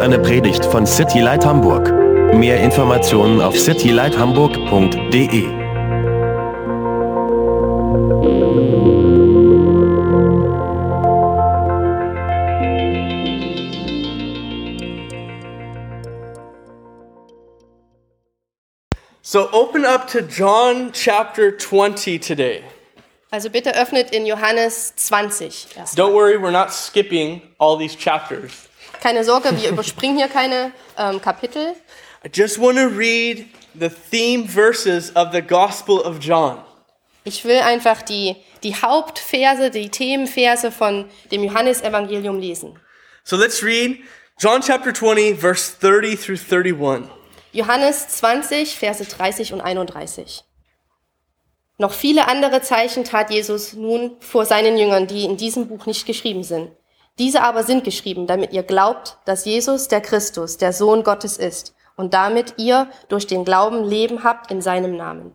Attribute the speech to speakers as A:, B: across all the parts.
A: eine Predigt von City Light Hamburg. Mehr Informationen auf citylighthamburg.de.
B: So open up to John chapter 20 today.
C: Also bitte öffnet in Johannes 20 erst.
B: Don't worry, we're not skipping all these chapters.
C: Keine Sorge, wir überspringen hier keine ähm, Kapitel.
B: I just want to read the theme verses of the Gospel of John.
C: Ich will einfach die, die Hauptverse, die Themenverse von dem Johannesevangelium lesen.
B: So let's read John chapter 20, verse 30 through 31.
C: Johannes 20, Verse 30 und 31. Noch viele andere Zeichen tat Jesus nun vor seinen Jüngern, die in diesem Buch nicht geschrieben sind. Diese aber sind geschrieben, damit ihr glaubt, dass Jesus der Christus, der Sohn Gottes ist, und damit ihr durch den Glauben Leben habt in seinem Namen.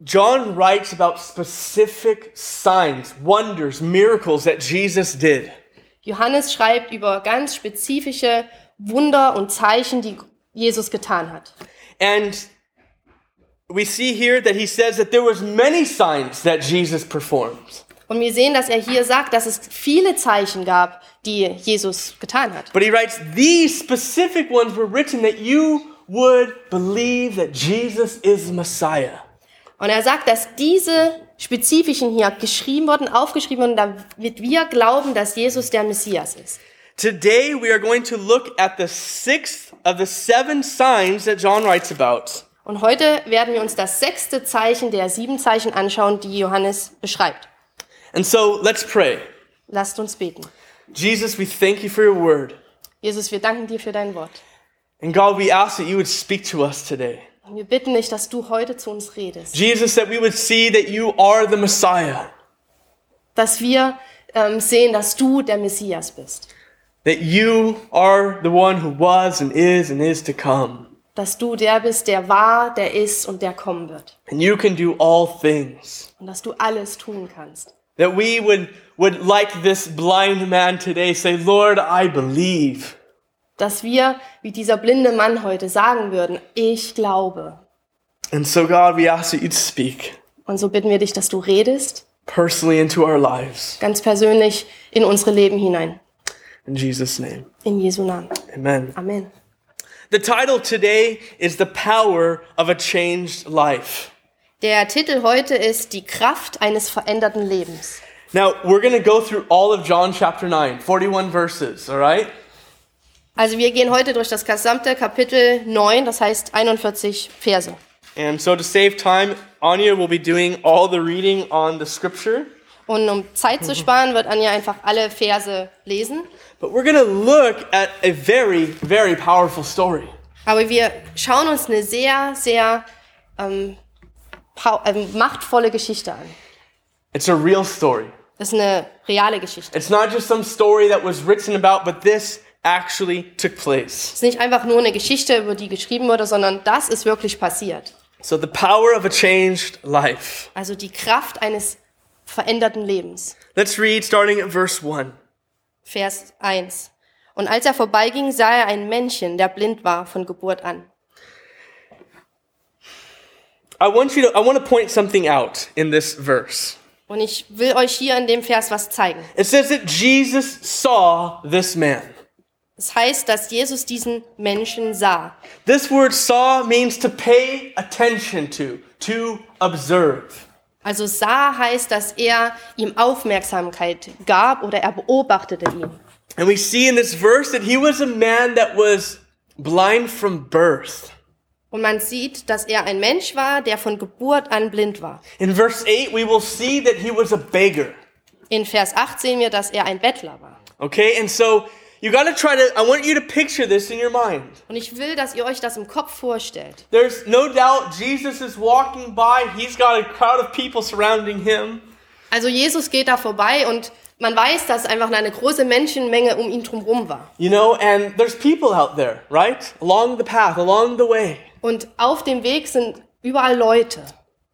B: John writes about specific signs, wonders, miracles that Jesus did.
C: Johannes schreibt über ganz spezifische Wunder und Zeichen, die Jesus getan hat.
B: And we see here that he says that there was many signs that Jesus performed.
C: Und wir sehen, dass er hier sagt, dass es viele Zeichen gab, die Jesus getan hat.
B: But he writes these specific ones were written that you would believe that Jesus is Messiah.
C: Und er sagt, dass diese spezifischen hier geschrieben wurden, aufgeschrieben wurden, damit wir glauben, dass Jesus der Messias ist.
B: Today we are going to look at the sixth of the seven signs that John writes about.
C: Und heute werden wir uns das sechste Zeichen der sieben Zeichen anschauen, die Johannes beschreibt.
B: And so let's pray.
C: Lasst uns beten.
B: Jesus, we thank you for your word.
C: Jesus, wir danken dir für dein Wort.
B: And God, we ask that you would speak to us today.
C: Und wir bitten dich, dass du heute zu uns redest.
B: Jesus, that we would see that you are the Messiah,
C: Dass wir ähm, sehen, dass du der Messias bist.
B: that you are the one who was and is and is to come.
C: Dass du der bist, der war, der ist und der kommen wird.
B: And you can do all things.
C: Und dass du alles tun kannst.
B: That we would, would like this blind man today say, Lord, I believe.
C: Dass wir, wie dieser blinde Mann heute, sagen würden, ich glaube.
B: And so, God, we ask that you'd speak
C: Und so bitten wir dich, dass du redest,
B: personally into our lives.
C: ganz persönlich in unsere Leben hinein.
B: In Jesus' name,
C: In Jesu Namen.
B: amen.
C: Amen.
B: The title today is The Power of a Changed Life.
C: Der Titel heute ist Die Kraft eines veränderten Lebens.
B: Now, we're going to go through all of John chapter 9, 41 verses, all right?
C: Also wir gehen heute durch das gesamte Kapitel 9, das heißt 41 Verse.
B: And so, to save time, Anya will be doing all the reading on the scripture.
C: Und um Zeit zu sparen, wird Anja einfach alle Verse lesen.
B: But we're going to look at a very, very powerful story.
C: Aber wir schauen uns eine sehr, sehr ähm, pau- ähm, machtvolle Geschichte an.
B: It's a real story.
C: Das ist eine reale Geschichte.
B: It's not just some story that was written about, but this actually took place.
C: Es ist nicht einfach nur eine Geschichte, über die geschrieben wurde, sondern das ist wirklich passiert.
B: So, the power of a changed life.
C: Also die Kraft eines veränderten Lebens.
B: Let's read starting at verse 1.
C: Vers 1. Und als er vorbeiging, sah er ein Männchen, der blind war von Geburt an.
B: I want you to, I want to point something out in this verse.
C: Und ich will euch hier in dem Vers was zeigen.
B: It says that Jesus saw this man.
C: Es heißt, dass Jesus diesen Menschen sah.
B: This word saw means to pay attention to, to observe.
C: Also sah heißt, dass er ihm Aufmerksamkeit gab oder er beobachtete ihn.
B: And we see in this verse that he was a man that was blind from birth.
C: Und man sieht, dass er ein Mensch war, der von Geburt an blind war.
B: In verse 8, we will see that he was a beggar.
C: In Vers 8 sehen wir, dass er ein Bettler war.
B: Okay? And so you got to try to, I want you to picture this in your mind.
C: Und ich will, dass ihr euch das im Kopf vorstellt.
B: There's no doubt Jesus is walking by, he's got a crowd of people surrounding him.
C: Also Jesus geht da vorbei und man weiß, dass einfach eine große Menschenmenge um ihn drumherum war.
B: You know, and there's people out there, right? Along the path, along the way.
C: Und auf dem Weg sind überall Leute,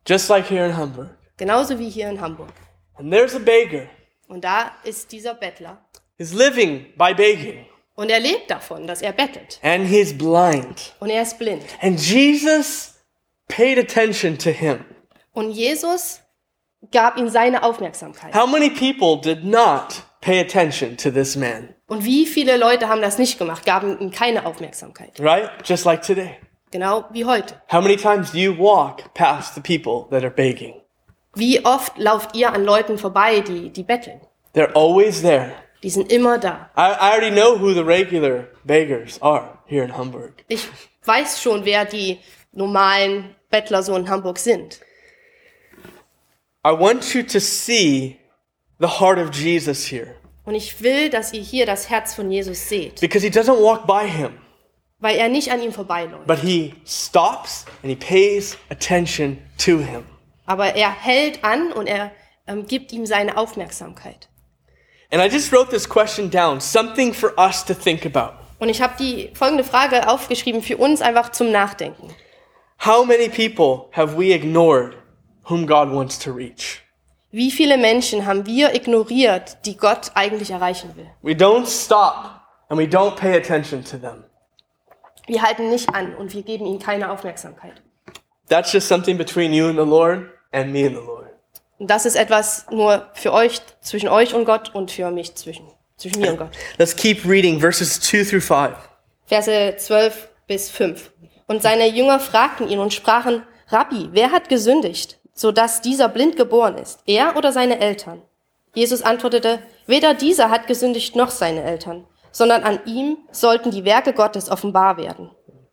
B: Just like here in Hamburg.
C: genauso wie hier in Hamburg.
B: And there's a beggar
C: Und da ist dieser Bettler.
B: is living by begging
C: Und er lebt davon, dass er bettelt.
B: and he's blind.
C: Und er ist blind.
B: And Jesus paid attention to him.
C: Und Jesus gab ihm seine Aufmerksamkeit.
B: How many people did not pay attention to this man,
C: Und wie viele Leute haben das nicht gemacht, gaben ihm keine Aufmerksamkeit.
B: right? Just like today.
C: Genau wie heute.
B: How many times do you walk past the people that are begging?
C: Wie oft lauft ihr an Leuten vorbei, die, die betteln?
B: They're always there.
C: Die sind immer da.
B: I, I already know who the regular beggars are here in Hamburg.
C: Ich weiß schon, wer die normalen Bettler so in Hamburg sind.
B: I want you to see the heart of Jesus here
C: Und ich will, dass ihr hier das Herz von Jesus seht,
B: because he doesn't walk by him,
C: weil er nicht an ihm vorbeiläuft.
B: but he stops and he pays attention to him.
C: Aber er hält an und er ähm, gibt ihm seine Aufmerksamkeit.
B: And I just wrote this question down, something for us to think about.
C: Und ich habe die folgende Frage aufgeschrieben für uns einfach zum Nachdenken.
B: How many people have we ignored whom God wants to reach?
C: Wie viele Menschen haben wir ignoriert, die Gott eigentlich erreichen will?
B: We don't stop and we don't pay attention to them.
C: Wir halten nicht an und wir geben ihnen keine Aufmerksamkeit.
B: That's just something between you and the Lord and me and the Lord.
C: Und das ist etwas nur für euch, zwischen euch und Gott und für mich zwischen, zwischen mir und Gott.
B: Let's keep reading verses 2 through 5.
C: Verse 12 bis 5. Und seine Jünger fragten ihn und sprachen, Rabbi, wer hat gesündigt, so dass dieser blind geboren ist, er oder seine Eltern? Jesus antwortete, weder dieser hat gesündigt noch seine Eltern, sondern an ihm sollten die Werke Gottes offenbar werden.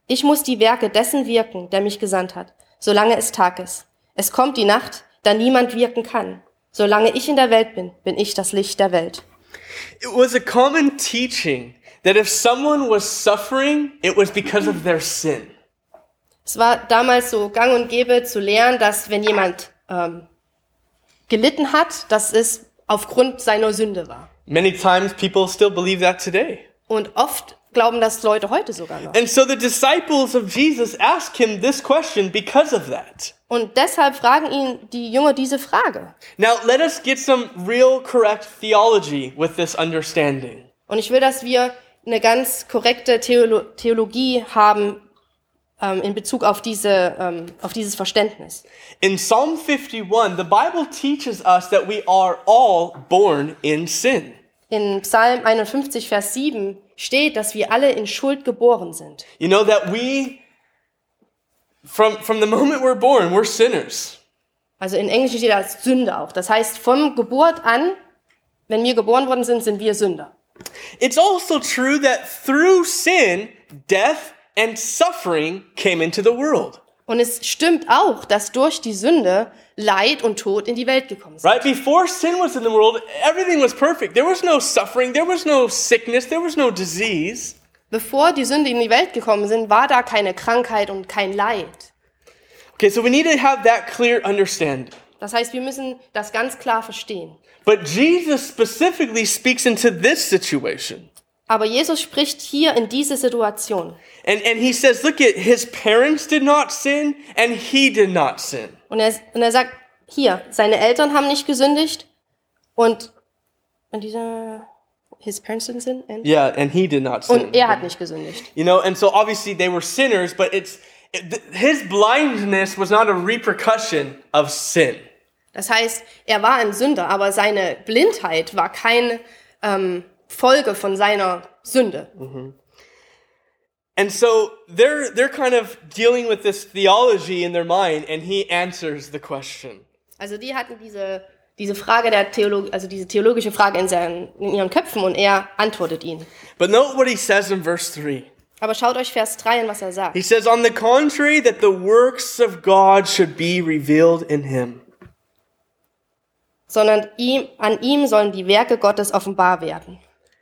C: Ich muss die Werke dessen wirken, der mich gesandt hat, solange es Tag ist. Es kommt die Nacht, da niemand wirken kann. Solange ich in der Welt bin, bin ich das Licht der Welt.
B: It was a common teaching that if someone was suffering, it was because of their sin.
C: Es war damals so gang und gäbe zu lernen, dass wenn jemand ähm, gelitten hat, dass es aufgrund seiner Sünde war.
B: Many times people still believe that today.
C: Und oft glauben das Leute heute sogar noch.
B: And so the disciples of Jesus ask him this question because of that.
C: Und deshalb fragen ihn die Jünger diese Frage.
B: Now, let us get some real correct theology with this understanding.
C: Und ich will, dass wir eine ganz korrekte Theolo Theologie haben ähm, in Bezug auf, diese, ähm, auf dieses Verständnis.
B: In Psalm 51, the Bible teaches us that we are all born in sin.
C: In Psalm 51, Vers 7 steht, dass wir alle in Schuld geboren sind.
B: You know, that we, from, from the moment we're born, we're sinners.
C: Also in Englisch steht das Sünde auch. Das heißt, von Geburt an, wenn wir geboren worden sind, sind wir Sünder.
B: It's also true that through sin, death and suffering came into the world.
C: Und es stimmt auch, dass durch die Sünde Leid und Tod in die Welt gekommen sind.
B: Right? Before sin was in the world, everything was perfect. There was no suffering, there was no sickness, there was no disease.
C: Bevor die Sünde in die Welt gekommen sind, war da keine Krankheit und kein Leid.
B: Okay, so we need to have that clear understanding.
C: Das heißt, wir müssen das ganz klar verstehen.
B: But Jesus specifically speaks into this situation.
C: Aber Jesus spricht hier in diese Situation.
B: And, and he says, look at his parents did not sin and he did not sin.
C: Und er, und er sagt, hier, seine Eltern haben nicht gesündigt und, und dieser, his parents didn't sin and,
B: Yeah, and he did not sin.
C: und er hat nicht gesündigt.
B: You know, and so obviously they were sinners, but it's it, th- his blindness was not a repercussion of sin.
C: Das heißt, er war ein Sünder, aber seine Blindheit war keine ähm, Folge von seiner Sünde.
B: And so they're they're kind of dealing with this theology in their mind and he answers the question.
C: Also die hatten diese, diese Frage der Theolog also diese theologische Frage in, seinen, in ihren Köpfen und er antwortet ihnen.
B: But note what he says in verse 3.
C: Aber schaut euch Vers 3 an, was er sagt.
B: He says, On the contrary, that the works of God should be revealed in him.
C: Sondern ihm, an ihm sollen die Werke Gottes offenbar werden.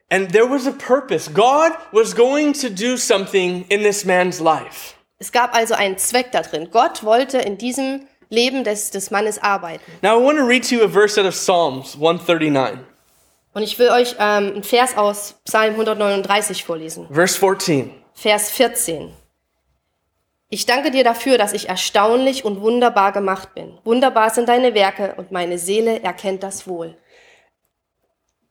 B: And there was a purpose. God was going to do something in this man's life.
C: Es gab also einen Zweck da drin. Gott wollte in diesem Leben des, des Mannes arbeiten.
B: Now, I want to read to you a verse out of Psalms 139,
C: Und ich will euch ähm, einen Vers aus Psalm 139 vorlesen.
B: verse 14.
C: Vers 14. Ich danke dir dafür, dass ich erstaunlich und wunderbar gemacht bin. Wunderbar sind deine Werke und meine Seele erkennt das wohl.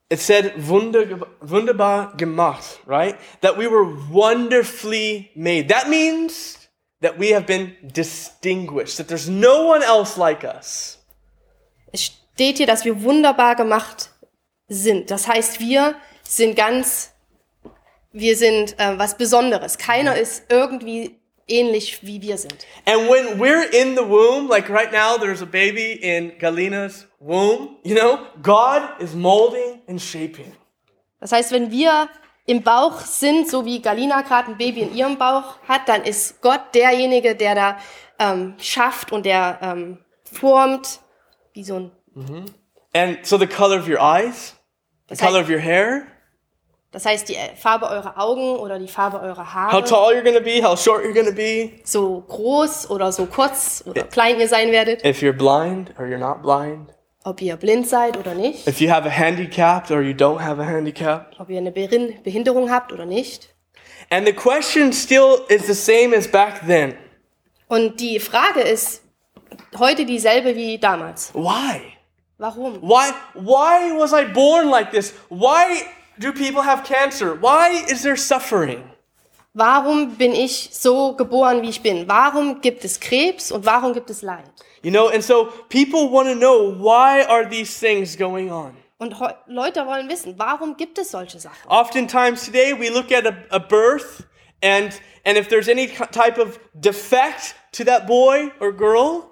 B: it said wunder, wunderbar gemacht, right? That we were wonderfully made. That means that we have been distinguished, that there's no one else like us.
C: Es steht hier, dass wir wunderbar gemacht sind. Das heißt, wir sind ganz, wir sind äh, was Besonderes. Keiner ist irgendwie ähnlich wie wir sind.
B: And when we're in the womb, like right now, there's a baby in Galena's womb, you know, God is molding and shaping.
C: Das heißt, wenn wir im Bauch sind, so wie Galina gerade ein Baby in ihrem Bauch hat, dann ist Gott derjenige, der da ähm, schafft und der ähm, formt, wie so ein,
B: And so the color of your eyes, the
C: das
B: color
C: heißt,
B: of your hair,
C: das heißt die äh, Farbe eurer Augen oder die Farbe eurer
B: how
C: Haare,
B: tall you're gonna be, how short you're gonna be,
C: so groß oder so kurz oder klein ihr sein werdet,
B: if you're blind or you're not blind,
C: ob ihr blind seid oder nicht,
B: if you have a handicap or you don't have a handicap.
C: ob ihr eine Berin- Behinderung habt oder nicht.
B: And the question still is the same as back then.
C: Und die Frage ist heute dieselbe wie damals.
B: Why?
C: Warum?
B: Why why was I born like this? Why do people have cancer? Why is there suffering?
C: Warum bin ich so geboren, wie ich bin? Warum gibt es Krebs und warum gibt es Leid?
B: You know, and so people want to know why are these things going on?
C: Und heu- Leute wollen wissen, warum gibt es solche Sachen?
B: Oftentimes today we look at a, a birth and and if there's any ki- type of defect to that boy or girl,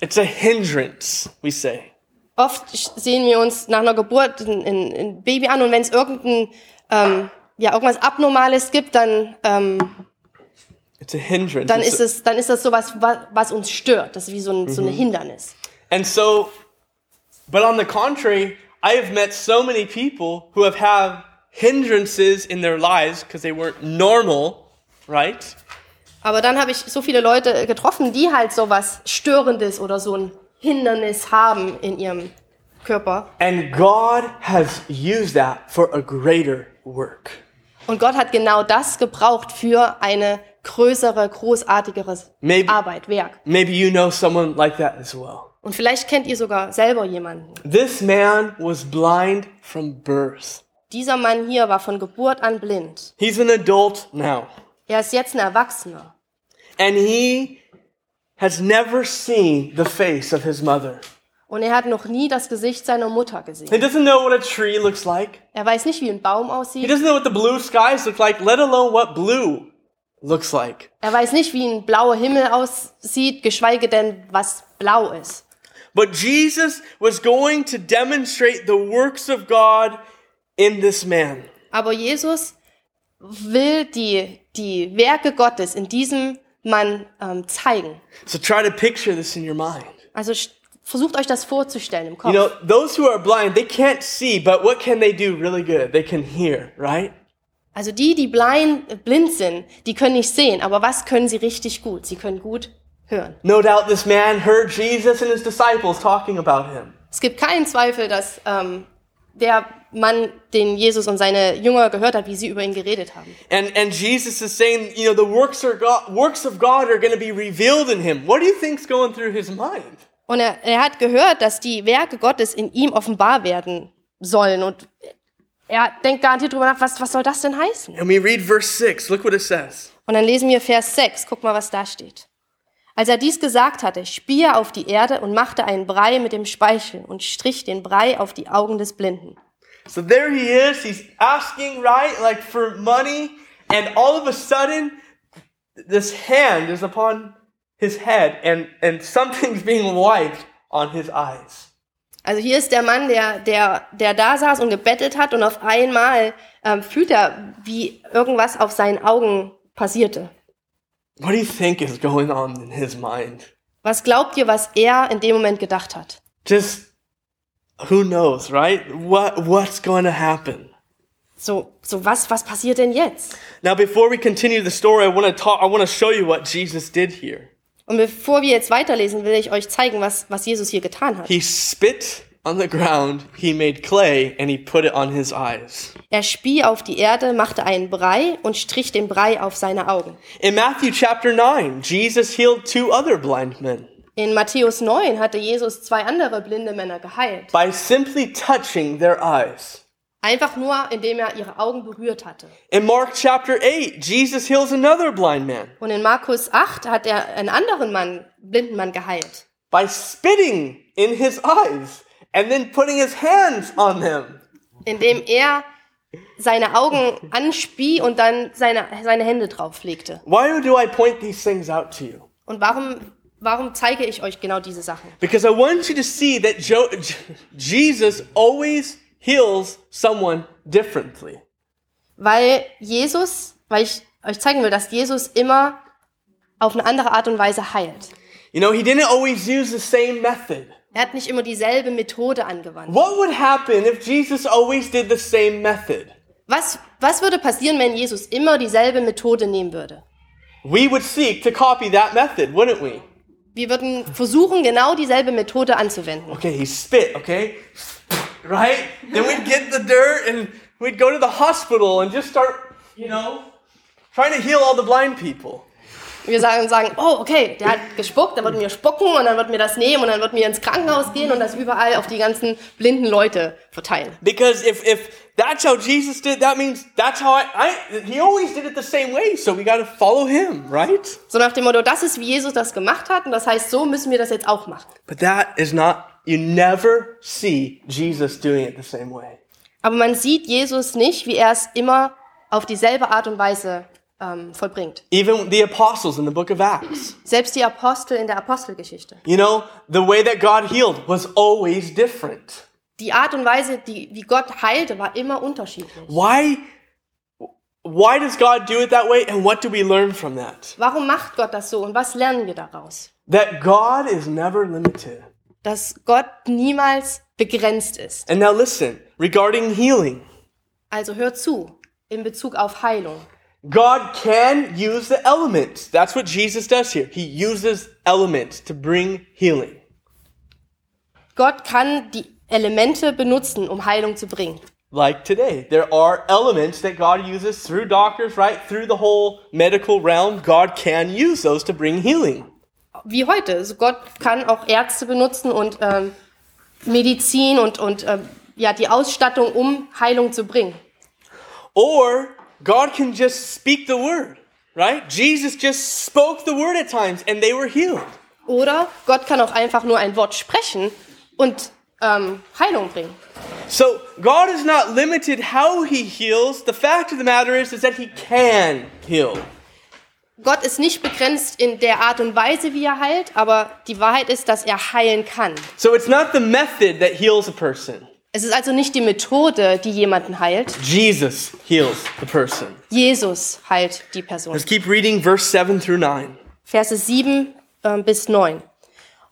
B: it's a hindrance, we say.
C: Oft sch- sehen wir uns nach einer Geburt ein, ein, ein Baby an und wenn es irgendein, ähm, ja, irgendwas Abnormales gibt, dann, ähm,
B: It's a hindrance.
C: dann,
B: It's
C: ist
B: a-
C: es, dann ist das sowas, wa- was uns stört. Das ist wie so ein so eine Hindernis.
B: And so, but on the contrary, I have met so many people who have had hindrances in their lives because they weren't normal, right?
C: Aber dann habe ich so viele Leute getroffen, die halt so was Störendes oder so ein Hindernis haben in ihrem Körper.
B: And God has used that for a greater work.
C: Und Gott hat genau das gebraucht für eine größere, großartigere
B: Maybe-
C: Arbeit, Werk.
B: Maybe you know someone like that as well.
C: Und vielleicht kennt ihr sogar selber jemanden.
B: This man was blind from birth.
C: Dieser Mann hier war von Geburt an blind.
B: He's an adult now,
C: Er ist jetzt ein Erwachsener.
B: and he has never seen the face of his mother.
C: Und er hat noch nie das Gesicht seiner Mutter
B: He
C: gesehen.
B: doesn't know what a tree looks like.
C: Er weiß nicht, wie ein Baum
B: He
C: aussieht.
B: doesn't know what the blue skies look like, let alone what blue looks like.
C: Er weiß nicht, wie ein blauer Himmel aussieht, geschweige denn, was blau ist.
B: But Jesus was going to demonstrate the works of God in this man.
C: Aber Jesus will die, die Werke Gottes in diesem Mann ähm, zeigen.
B: So try to picture this in your mind.
C: Also sch- versucht euch das vorzustellen im Kopf.
B: You know, those who are blind, they can't see, but what can they do really good? They can hear, right?
C: also die, die blind, äh, blind sind, die können nicht sehen, aber was können sie richtig gut? Sie können gut hören.
B: No doubt this man heard Jesus and his disciples talking about him.
C: Es gibt keinen Zweifel, dass ähm, der Mann, den Jesus und seine Jünger gehört hat, wie sie über ihn geredet haben.
B: And and Jesus is saying, you know, the works are God, works of God are going to be revealed in him. What do you think's going through his mind?
C: Und er, er hat gehört, dass die Werke Gottes in ihm offenbar werden sollen. Und er denkt garantiert drüber nach, was, was soll das denn heißen?
B: And we read verse 6. Look what it says.
C: Und dann lesen wir Vers 6. Guck mal, was da steht. Als er dies gesagt hatte, spie er auf die Erde und machte einen Brei mit dem Speichel und strich den Brei auf die Augen des Blinden.
B: So there he is. He's asking, right, like for money. And all of a sudden, this hand is upon his head and, and something's being wiped on his eyes.
C: Also hier ist der Mann, der, der, der da saß und gebettelt hat und auf einmal ähm, fühlt er, wie irgendwas auf seinen Augen passierte.
B: What do you think is going on in his mind?
C: Was glaubt ihr, was er in dem Moment gedacht hat?
B: Just who knows, right? What, what's going to happen?
C: So, so was, was passiert denn jetzt?
B: Now, before we continue the story, I want to talk, I want to show you what Jesus did here.
C: Und bevor wir jetzt weiterlesen, will ich euch zeigen, was, was Jesus hier getan hat.
B: He spit on the ground, he made clay, and he put it on his eyes.
C: Er spie auf die Erde, machte einen Brei und strich den Brei auf seine Augen.
B: In Matthew chapter 9, Jesus healed two other blind men
C: In Matthäus 9 hatte Jesus zwei andere blinde Männer geheilt.
B: by simply touching their eyes.
C: Einfach nur, indem er ihre Augen berührt hatte.
B: In Mark chapter 8, Jesus heals another blind man
C: Und in Markus 8 hat er einen anderen Mann, blinden Mann geheilt,
B: by spitting in his eyes and then putting his hands on them.
C: indem er seine Augen anspie und dann seine, seine Hände drauflegte.
B: Why do I point these things out to you?
C: Und warum, warum zeige ich euch genau diese Sachen?
B: Because I want you to see that jo- J- Jesus always heals someone differently.
C: Weil Jesus, weil ich euch zeigen will, dass Jesus immer auf eine andere Art und Weise heilt.
B: You know, he didn't always use the same method.
C: Er hat nicht immer dieselbe Methode angewandt.
B: What would happen if Jesus always did the same method?
C: Was, was würde passieren, wenn Jesus immer dieselbe Methode nehmen würde?
B: We would seek to copy that method, wouldn't we?
C: Wir würden versuchen, genau dieselbe Methode anzuwenden.
B: Okay, he spit, okay? Right? Then we'd get the dirt and we'd go to the hospital and just start, you know, trying to heal all the blind people.
C: Wir sagen, sagen, oh, okay, der hat gespuckt, dann wird mir spucken und dann wird mir das nehmen und dann wird mir ins Krankenhaus gehen und das überall auf die ganzen blinden Leute verteilen.
B: Because if, if that's how Jesus did, that means that's how I, I, he always did it the same way, so we gotta follow him, right?
C: So nach dem Motto, das ist, wie Jesus das gemacht hat und das heißt, so müssen wir das jetzt auch machen.
B: But that is not, you never see Jesus doing it the same way.
C: Aber man sieht Jesus nicht, wie er es immer auf dieselbe Art und Weise ähm, vollbringt.
B: Even the apostles in the book of Acts.
C: Selbst die Apostel in der Apostelgeschichte.
B: You know, the way that God healed was always different.
C: Die Art und Weise, die, wie Gott heilte, war immer unterschiedlich.
B: Why why does God do it that way and what do we learn from that?
C: Warum macht Gott das so und was lernen wir daraus?
B: That God is never limited.
C: Dass Gott niemals begrenzt ist.
B: And now listen, regarding healing,
C: Also hör zu in Bezug auf Heilung.
B: God can use the elements. That's what Jesus does here. He uses elements to bring healing.
C: Gott kann die Elemente benutzen, um Heilung zu bringen.
B: Like today, there are elements that God uses through doctors, right? Through the whole medical realm, God can use those to bring healing.
C: Wie heute. Also Gott kann auch Ärzte benutzen und ähm, Medizin und, und ähm, ja, die Ausstattung, um Heilung zu bringen.
B: Or God can just speak the word, right? Jesus just spoke the word at times and they were healed.
C: Oder Gott kann auch einfach nur ein Wort sprechen und ähm, Heilung bringen.
B: So God is not limited how he heals. The fact of the matter is, is that he can heal.
C: Gott ist nicht begrenzt in der Art und Weise, wie er heilt, aber die Wahrheit ist, dass er heilen kann.
B: So it's not the method that heals a person.
C: Es ist also nicht die Methode, die jemanden heilt.
B: Jesus heals the person.
C: Jesus heilt die Person.
B: Let's keep reading verse 7 through 9.
C: Verse 7 ähm, bis 9.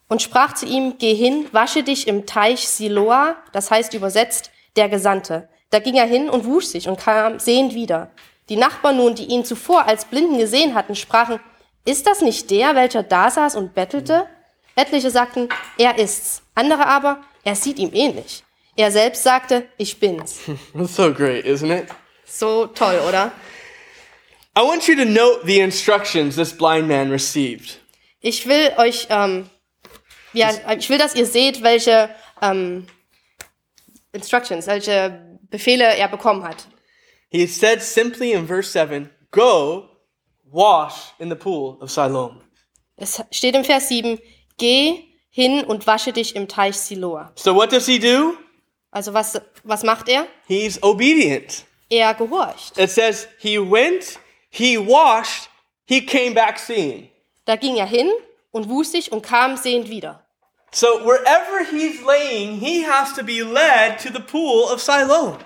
C: Und sprach zu ihm, geh hin, wasche dich im Teich Siloa, das heißt übersetzt, der Gesandte. Da ging er hin und wusch sich und kam sehend wieder. Die Nachbarn nun, die ihn zuvor als Blinden gesehen hatten, sprachen, ist das nicht der, welcher da saß und bettelte? Etliche sagten, er ist's. Andere aber, er sieht ihm ähnlich. Er selbst sagte, ich bin's.
B: That's so great, isn't it?
C: So toll, oder?
B: I want you to note the instructions this blind man received.
C: Ich will euch, ähm, ja, ich will, dass ihr seht, welche ähm, Instructions, welche Befehle er bekommen hat.
B: He said simply in verse 7 Go wash in the pool of Siloam.
C: Es steht im Vers 7, geh hin und wasche dich im Teich Siloa.
B: So what does he do?
C: Also was, was macht er?
B: He's obedient.
C: Er gehorcht.
B: It says he went, he washed, he came back seeing.
C: Da ging er hin und wusch sich und kam sehend wieder.
B: So wherever he's laying, he has to be led to the pool of Siloam.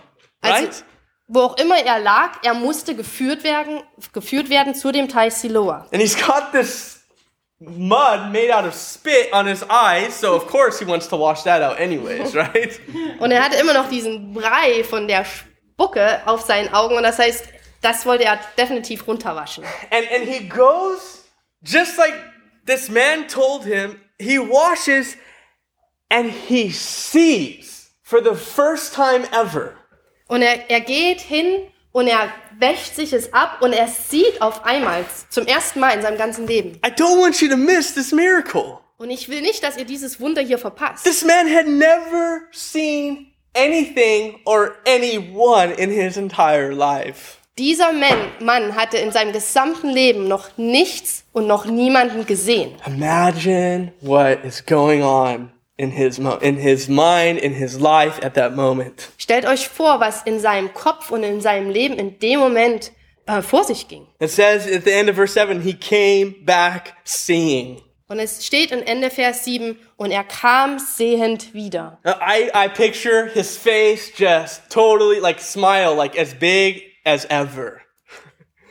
C: Also,
B: Right?
C: wo auch immer er lag, er musste geführt werden, geführt werden zu dem Teich Siloa.
B: And he's got this mud made out of spit on his eyes, so of course he wants to wash that out anyways, right?
C: Und er hatte immer noch diesen Brei von der Spucke auf seinen Augen und das heißt, das wollte er definitiv runterwaschen.
B: And and he goes just like this man told him, he washes and he sees for the first time ever.
C: Und er, er geht hin und er wäscht sich es ab und er sieht auf einmal zum ersten Mal in seinem ganzen Leben.
B: I don't want you to miss this miracle.
C: Und ich will nicht, dass ihr dieses Wunder hier verpasst.
B: This man had never seen anything or anyone in his entire life.
C: Dieser Man- Mann hatte in seinem gesamten Leben noch nichts und noch niemanden gesehen.
B: Imagine what is going on in his mo- in his mind, in his life at that moment.
C: Stellt euch vor, was in seinem Kopf und in seinem Leben in dem Moment äh, vor sich ging.
B: It says at the end of verse 7, he came back seeing.
C: Und es steht in Ende Vers 7, und er kam sehend wieder.
B: I, I picture his face just totally like smile, like as big as ever.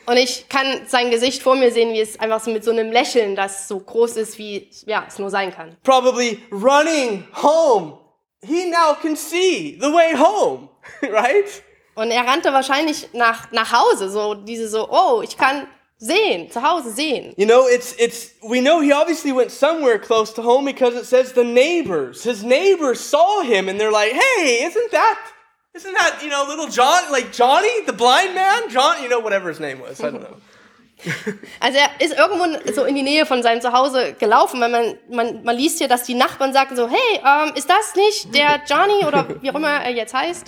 C: Und ich kann sein Gesicht vor mir sehen, wie es einfach so mit so einem Lächeln, das so groß ist, wie ja, es nur sein kann.
B: Probably running home. He now can see the way home, right?
C: Und er rannte wahrscheinlich nach, nach Hause, so diese so, oh, ich kann sehen, zu Hause sehen.
B: You know, it's it's we know he obviously went somewhere close to home because it says the neighbors. His neighbors saw him and they're like, "Hey, isn't that isn't that, you know, little John, like Johnny, the blind man? John, you know whatever his name was. I don't know."
C: Also er ist irgendwo so in die Nähe von seinem Zuhause gelaufen, weil man, man, man liest hier, dass die Nachbarn sagten so, hey, ähm, ist das nicht der Johnny oder wie auch immer er jetzt heißt?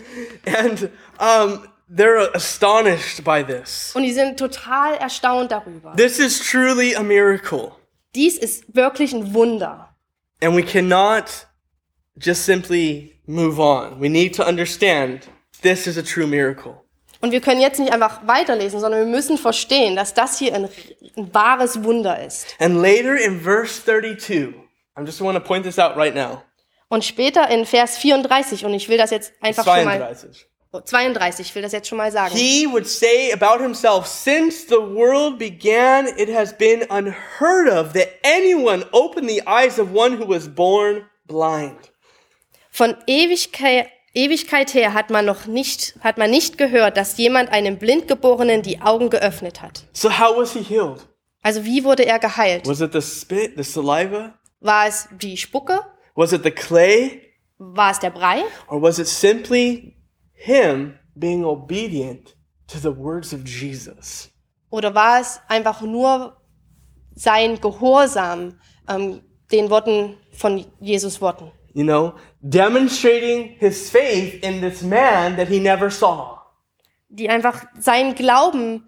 B: And um they're astonished by this.
C: Und die sind total erstaunt darüber.
B: This is truly a miracle.
C: Dies ist wirklich ein Wunder.
B: And we cannot just simply move on. We need to understand this is a true miracle.
C: Und wir können jetzt nicht einfach weiterlesen, sondern wir müssen verstehen, dass das hier ein, ein wahres Wunder ist.
B: And later in verse 32, I just want to point this out right now.
C: Und später in Vers 34, und ich will das jetzt einfach schon mal,
B: 32.
C: oh, 32, ich will das jetzt schon mal sagen.
B: He would say about himself, Since the world began, it has been unheard of that anyone opened the eyes of one who was born blind.
C: Von Ewigkeit, Ewigkeit her hat man noch nicht, hat man nicht gehört, dass jemand einem Blindgeborenen die Augen geöffnet hat.
B: So, how was he healed?
C: Also wie wurde er geheilt?
B: Was it the spit, the saliva?
C: War es die Spucke?
B: Was it the clay?
C: War es der Brei?
B: Or was it simply him being obedient to the words of Jesus?
C: Oder war es einfach nur sein Gehorsam ähm, den Worten von Jesus Worten?
B: You know, demonstrating his faith in this man that he never saw.
C: Die einfach seinen Glauben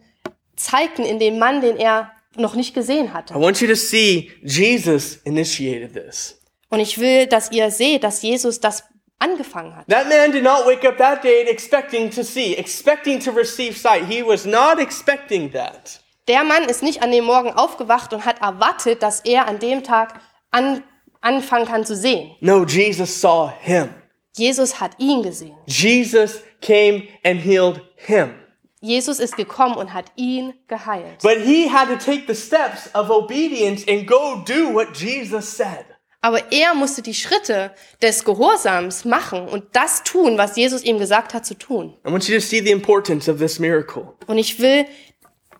C: zeigten in dem Mann, den er noch nicht gesehen
B: I
C: hatte.
B: want you to see Jesus initiated this.
C: Und ich will, dass ihr seht, dass Jesus das angefangen hat.
B: That man did not wake up that day expecting to see, expecting to receive sight. He was not expecting that.
C: Der Mann ist nicht an dem Morgen aufgewacht und hat erwartet, dass er an dem Tag an, anfangen kann zu sehen.
B: No, Jesus saw him.
C: Jesus hat ihn gesehen.
B: Jesus came and healed him.
C: Jesus ist gekommen und hat ihn geheilt.
B: But he had to take the steps of obedience and go do what Jesus said.
C: Aber er musste die Schritte des Gehorsams machen und das tun, was Jesus ihm gesagt hat zu tun.
B: I want you to see the importance of this miracle.
C: Und ich will,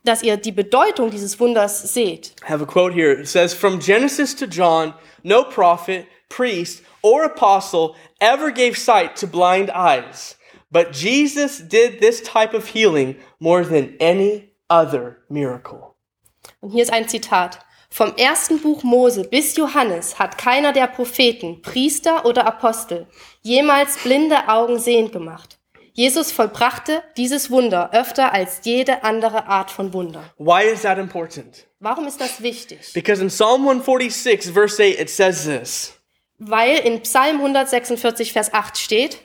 C: dass ihr die Bedeutung dieses Wunders seht.
B: I have a quote here. It says, From Genesis to John, no prophet, priest, or apostle ever gave sight to blind eyes. But Jesus did this type of healing more than any other miracle.
C: Und hier ist ein Zitat. Vom ersten Buch Mose bis Johannes hat keiner der Propheten, Priester oder Apostel jemals blinde Augen sehend gemacht. Jesus vollbrachte dieses Wunder öfter als jede andere Art von Wunder.
B: Why is that important?
C: Warum ist das wichtig?
B: Because in Psalm 146, verse 8, it says this
C: Weil in Psalm 146, Vers 8 steht,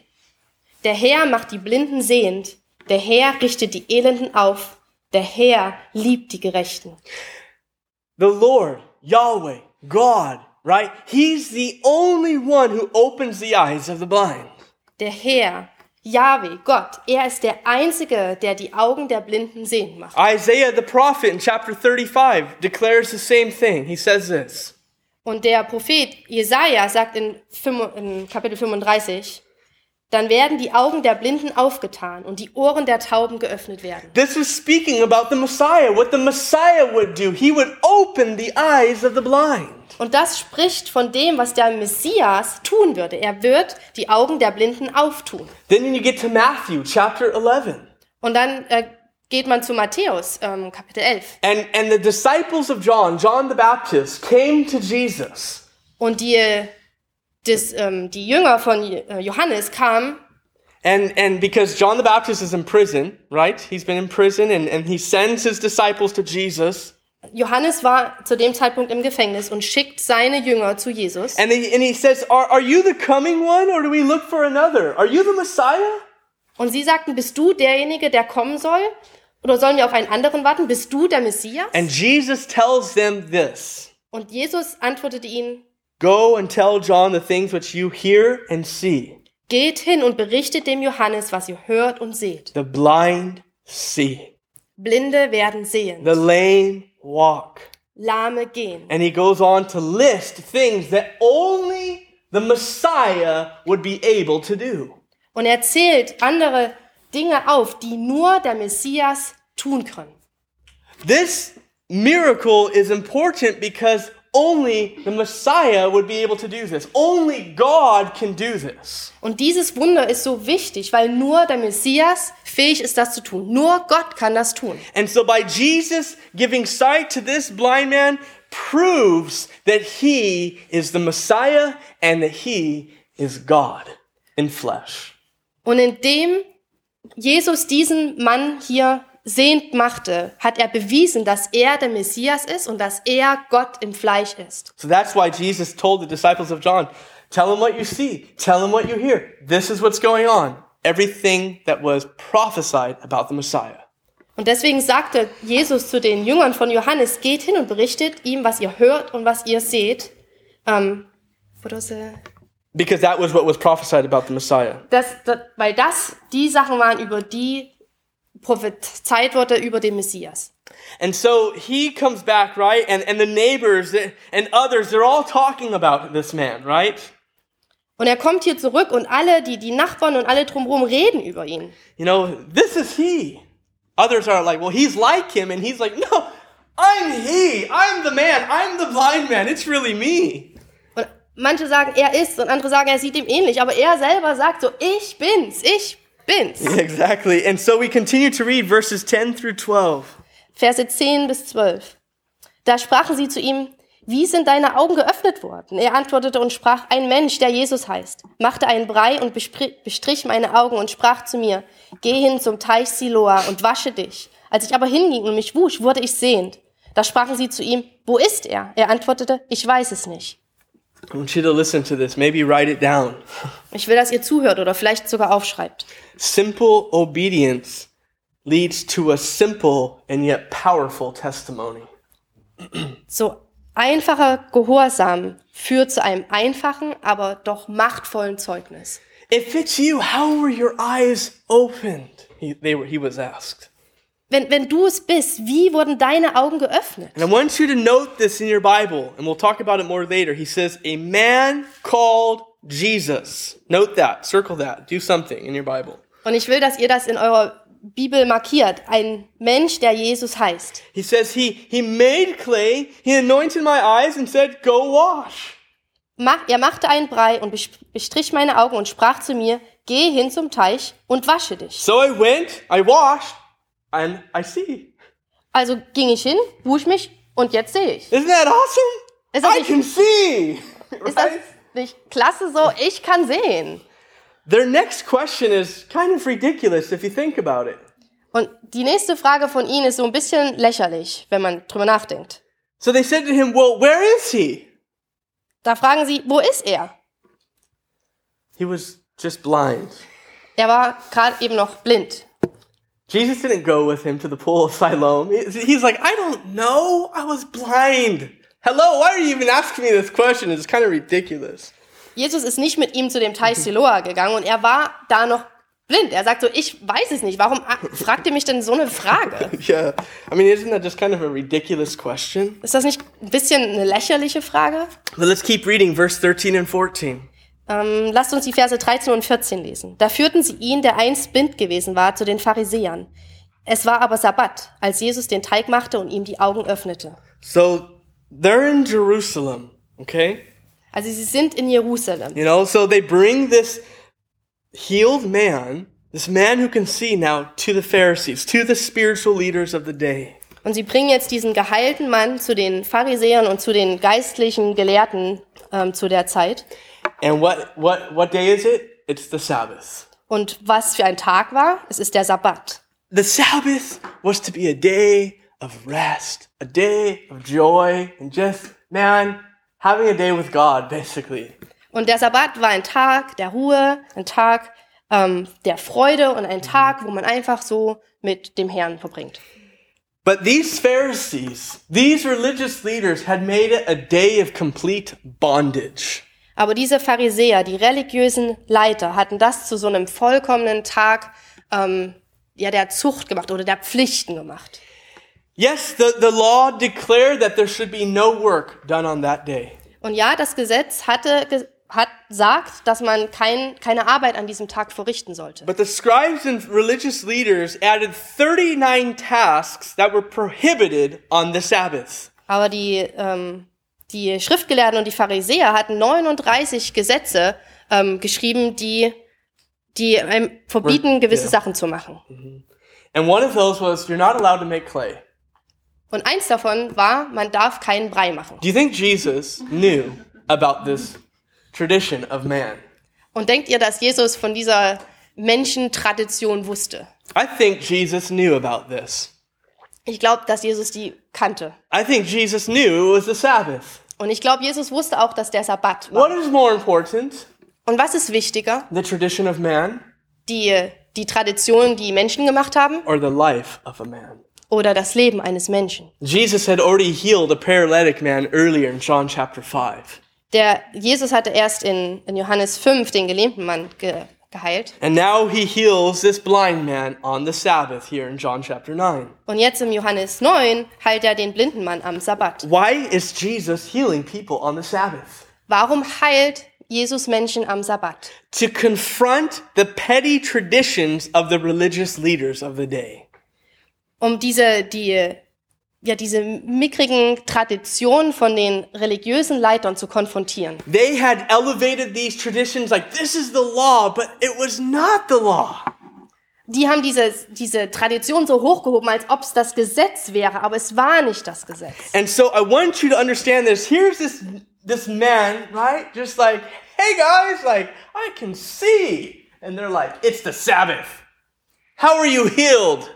C: der Herr macht die Blinden sehend, der Herr richtet die Elenden auf, der Herr liebt die Gerechten.
B: The Lord, Yahweh, God, right? He's the only one who opens the eyes of the blind.
C: Der Herr, Jahwe, Gott, er ist der Einzige, der die Augen der Blinden sehend macht.
B: Isaiah the prophet in chapter 35 declares the same thing. He says this
C: Und der Prophet Jesaja sagt in, 5, in Kapitel 35, dann werden die Augen der Blinden aufgetan und die Ohren der Tauben geöffnet werden.
B: This is speaking about the Messiah, what the Messiah would do. He would open the eyes of the blind.
C: Und das spricht von dem, was der Messias tun würde. Er wird die Augen der Blinden auftun.
B: Then you get to Matthew chapter 11.
C: Und dann äh, geht man zu Matthäus, ähm, Kapitel 11.
B: And, and the disciples of John, John the Baptist, came to Jesus.
C: Und die, das, ähm, die Jünger von äh, Johannes kamen
B: And, and because John the Baptist is in prison, right? He's been in prison and, and he sends his disciples to Jesus.
C: Johannes war zu dem Zeitpunkt im Gefängnis und schickt seine Jünger zu Jesus.
B: And he, and he says, are, are you the coming one or do we look for another? Are you the Messiah?
C: Und sie sagten, bist du derjenige, der kommen soll? Oder sollen wir auf einen anderen warten? Bist du der Messias?
B: And Jesus tells them this
C: Und Jesus antwortete ihnen,
B: Go and tell John the things which you hear and see.
C: geht hin und berichtet dem Johannes, was ihr hört und seht.
B: The blind see,
C: Blinde werden sehen,
B: the lame walk.
C: Lahme gehen.
B: And he goes on to list things that only the Messiah would be able to do.
C: Und er zählt andere Dinge auf, die nur der Messias tun kann.
B: This miracle is important because only the Messiah would be able to do this. Only God can do this.
C: Und dieses Wunder ist so wichtig, weil nur der Messias fähig ist, das zu tun. Nur Gott kann das tun.
B: And so by Jesus giving sight to this blind man proves that he is the Messiah and that he is God in flesh.
C: Und indem Jesus diesen Mann hier sehend machte, hat er bewiesen, dass er der Messias ist und dass er Gott im Fleisch ist.
B: So that's why Jesus told the disciples of John, tell him what you see, tell him what you hear. This is what's going on. Everything that was prophesied about the Messiah.
C: Und deswegen sagte Jesus zu den Jüngern von Johannes, geht hin und berichtet ihm, was ihr hört und was ihr seht. Ähm, wo das, äh,
B: Because that was what was prophesied about the Messiah.
C: das, das, weil das die Sachen waren, über die prophezeit wurde über den Messias.
B: And so he comes back, right? And, and the neighbors and others, they're all talking about this man, right?
C: Und er kommt hier zurück und alle, die, die Nachbarn und alle drumherum reden über ihn.
B: You know, this is he. Others are like, well, he's like him. And he's like, no, I'm he. I'm the man. I'm the blind man. It's really me.
C: Und manche sagen, er ist, und andere sagen, er sieht ihm ähnlich. Aber er selber sagt so, ich bin's, ich bin's.
B: Exactly. And so we continue to read verses 10 through 12.
C: Verse 10 bis 12. Da sprachen sie zu ihm, wie sind deine Augen geöffnet worden? Er antwortete und sprach, ein Mensch, der Jesus heißt, machte einen Brei und bespri- bestrich meine Augen und sprach zu mir, geh hin zum Teich Siloa und wasche dich. Als ich aber hinging und mich wusch, wurde ich sehend. Da sprachen sie zu ihm, wo ist er? Er antwortete, ich weiß es nicht.
B: I want you to listen to this. Maybe write it down.
C: Ich will, dass ihr zuhört oder vielleicht sogar aufschreibt.
B: Simple obedience leads to a simple and yet powerful testimony.
C: So einfacher Gehorsam führt zu einem einfachen, aber doch machtvollen Zeugnis.
B: If it's you, how were your eyes opened? He, they were, he was asked.
C: Wenn, wenn du es bist, wie wurden deine Augen geöffnet?
B: And I want you to note this in your Bible, and we'll talk about it more later. He says, A man called Jesus. Note that, circle that, do something in your Bible.
C: Und ich will, dass ihr das in eurer Bibel markiert. Ein Mensch, der Jesus heißt.
B: He says, He, he made clay, he anointed my eyes, and said, Go wash.
C: Mach, er machte einen Brei und besp- bestrich meine Augen und sprach zu mir, geh hin zum Teich und wasche dich.
B: So I went, I washed, and I see.
C: Also ging ich hin, wusch mich und jetzt sehe ich.
B: Isn't that awesome?
C: Ist das
B: I
C: nicht,
B: can see.
C: ist das
B: Right?
C: nicht klasse so? Ich kann sehen.
B: Their next question is kind of ridiculous if you think about it.
C: Und die nächste Frage von ihnen ist so ein bisschen lächerlich, wenn man drüber nachdenkt.
B: So they said to him, Well, where is he?
C: Da fragen sie, wo ist er?
B: He was just blind.
C: Er war gerade eben noch blind.
B: Jesus didn't go with him to the pool of Siloam. He's like, I don't know. I was blind. Hello, why are you even asking me this question? It's kind of ridiculous.
C: Jesus ist nicht mit ihm zu dem Teich Siloa gegangen und er war da noch blind. Er sagt so, ich weiß es nicht. Warum a- fragt ihr mich denn so eine Frage?
B: Yeah. I mean, isn't that just kind of a ridiculous question?
C: Ist das nicht ein bisschen eine lächerliche Frage?
B: But let's keep reading verse 13 and 14.
C: Ähm, lasst uns die Verse 13 und 14 lesen. Da führten sie ihn, der einst blind gewesen war, zu den Pharisäern. Es war aber Sabbat, als Jesus den Teig machte und ihm die Augen öffnete.
B: So they're in Jerusalem, okay?
C: Also sie sind in Jerusalem.
B: You know, so they bring this healed man, this man who can see now, to the Pharisees, to the spiritual leaders of the day.
C: Und sie bringen jetzt diesen geheilten Mann zu den Pharisäern und zu den geistlichen Gelehrten ähm, zu der Zeit.
B: And what what what day is it? It's the Sabbath.
C: Und was für ein Tag war? Es ist der Sabbat.
B: The Sabbath was to be a day of rest, a day of joy, and just, man, having a day with God, basically.
C: Und der Sabbat war ein Tag der Ruhe, ein Tag ähm, der Freude und ein Tag, wo man einfach so mit dem Herrn verbringt.
B: But these Pharisees, these religious leaders, had made it a day of complete bondage.
C: Aber diese Pharisäer, die religiösen Leiter, hatten das zu so einem vollkommenen Tag ähm, ja, der Zucht gemacht oder der Pflichten gemacht.
B: Yes, the, the law declared that there should be no work done on that day.
C: Und ja, das Gesetz hatte, ge- hat, sagt, dass man kein, keine Arbeit an diesem Tag verrichten sollte.
B: But the scribes and religious leaders added 39 tasks that were prohibited on the Sabbath.
C: Aber die, ähm, die Schriftgelehrten und die Pharisäer hatten 39 Gesetze ähm, geschrieben, die, die einem verbieten, gewisse
B: ja.
C: Sachen zu machen.
B: And one of those was you're not allowed to make clay.
C: Und eins davon war, man darf keinen Brei machen.
B: Do you think Jesus knew about this tradition of man?
C: Und denkt ihr, dass Jesus von dieser Menschentradition wusste?
B: I think Jesus knew about this.
C: Ich glaube, dass Jesus die kannte.
B: I think Jesus knew it was the Sabbath.
C: Und ich glaube, Jesus wusste auch, dass der Sabbat
B: What
C: war.
B: is more important,
C: Und was ist wichtiger?
B: the tradition of man
C: Die, die Tradition, die Menschen gemacht haben
B: or the life of a man?
C: oder das Leben eines Menschen?
B: Jesus had already healed a paralytic man earlier in John chapter 5.
C: Der Jesus hatte erst in, in Johannes 5 den gelähmten Mann ge, geheilt.
B: And now he heals this blind man on the Sabbath here in John chapter 9.
C: Und jetzt im Johannes 9 heilt er den blinden Mann am Sabbat.
B: Why is Jesus healing people on the Sabbath?
C: Warum heilt Jesus Menschen am Sabbat?
B: To confront the petty traditions of the religious leaders of the day.
C: um diese, die, ja, diese mickrigen Traditionen von den religiösen Leitern zu konfrontieren.
B: They had elevated these traditions like this is the law, but it was not the law.
C: Die haben diese, diese Tradition so hochgehoben, als ob es das Gesetz wäre, aber es war nicht das Gesetz.
B: And so I want you to understand this. Here's this this man, right? Just like, hey guys, like I can see. And they're like, it's the Sabbath. How are you healed?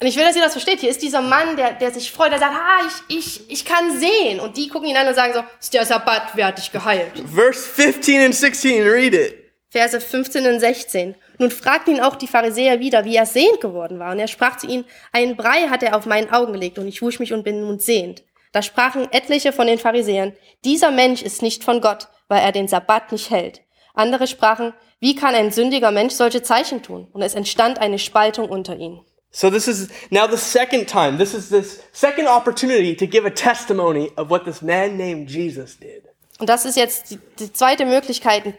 C: Und ich will, dass ihr das versteht. Hier ist dieser Mann, der, der sich freut, der sagt, ah, ich, ich, ich kann sehen. Und die gucken ihn an und sagen so, ist der Sabbat, wer hat dich geheilt?
B: Verse 15 and 16, read it.
C: Verse 15 und 16. Nun fragten ihn auch die Pharisäer wieder, wie er sehend geworden war. Und er sprach zu ihnen, einen Brei hat er auf meinen Augen gelegt und ich wusch mich und bin nun sehend. Da sprachen etliche von den Pharisäern, dieser Mensch ist nicht von Gott, weil er den Sabbat nicht hält. Andere sprachen, wie kann ein sündiger Mensch solche Zeichen tun? Und es entstand eine Spaltung unter ihnen.
B: So this is now the second time. This is this second opportunity to give a testimony of what this man named Jesus did.
C: Und das ist jetzt die, die zweite Möglichkeit, ein-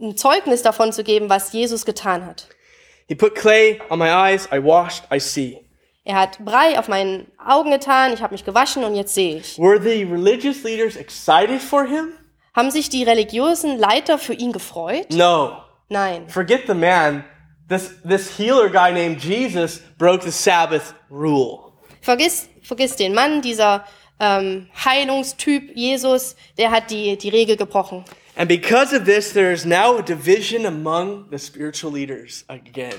C: ein Zeugnis davon zu geben, was Jesus getan hat.
B: He put clay on my eyes, I washed, I see.
C: Er hat Brei auf meinen Augen getan, ich habe mich gewaschen und jetzt sehe ich.
B: Were the religious leaders excited for him?
C: Haben sich die religiösen Leiter für ihn gefreut?
B: No.
C: Nein.
B: Forget the man. This this healer guy named Jesus broke the Sabbath rule.
C: Vergiss, vergiss den Mann, dieser ähm, Heilungstyp Jesus, der hat die, die Regel gebrochen.
B: And because of this, there is now a division among the spiritual leaders again.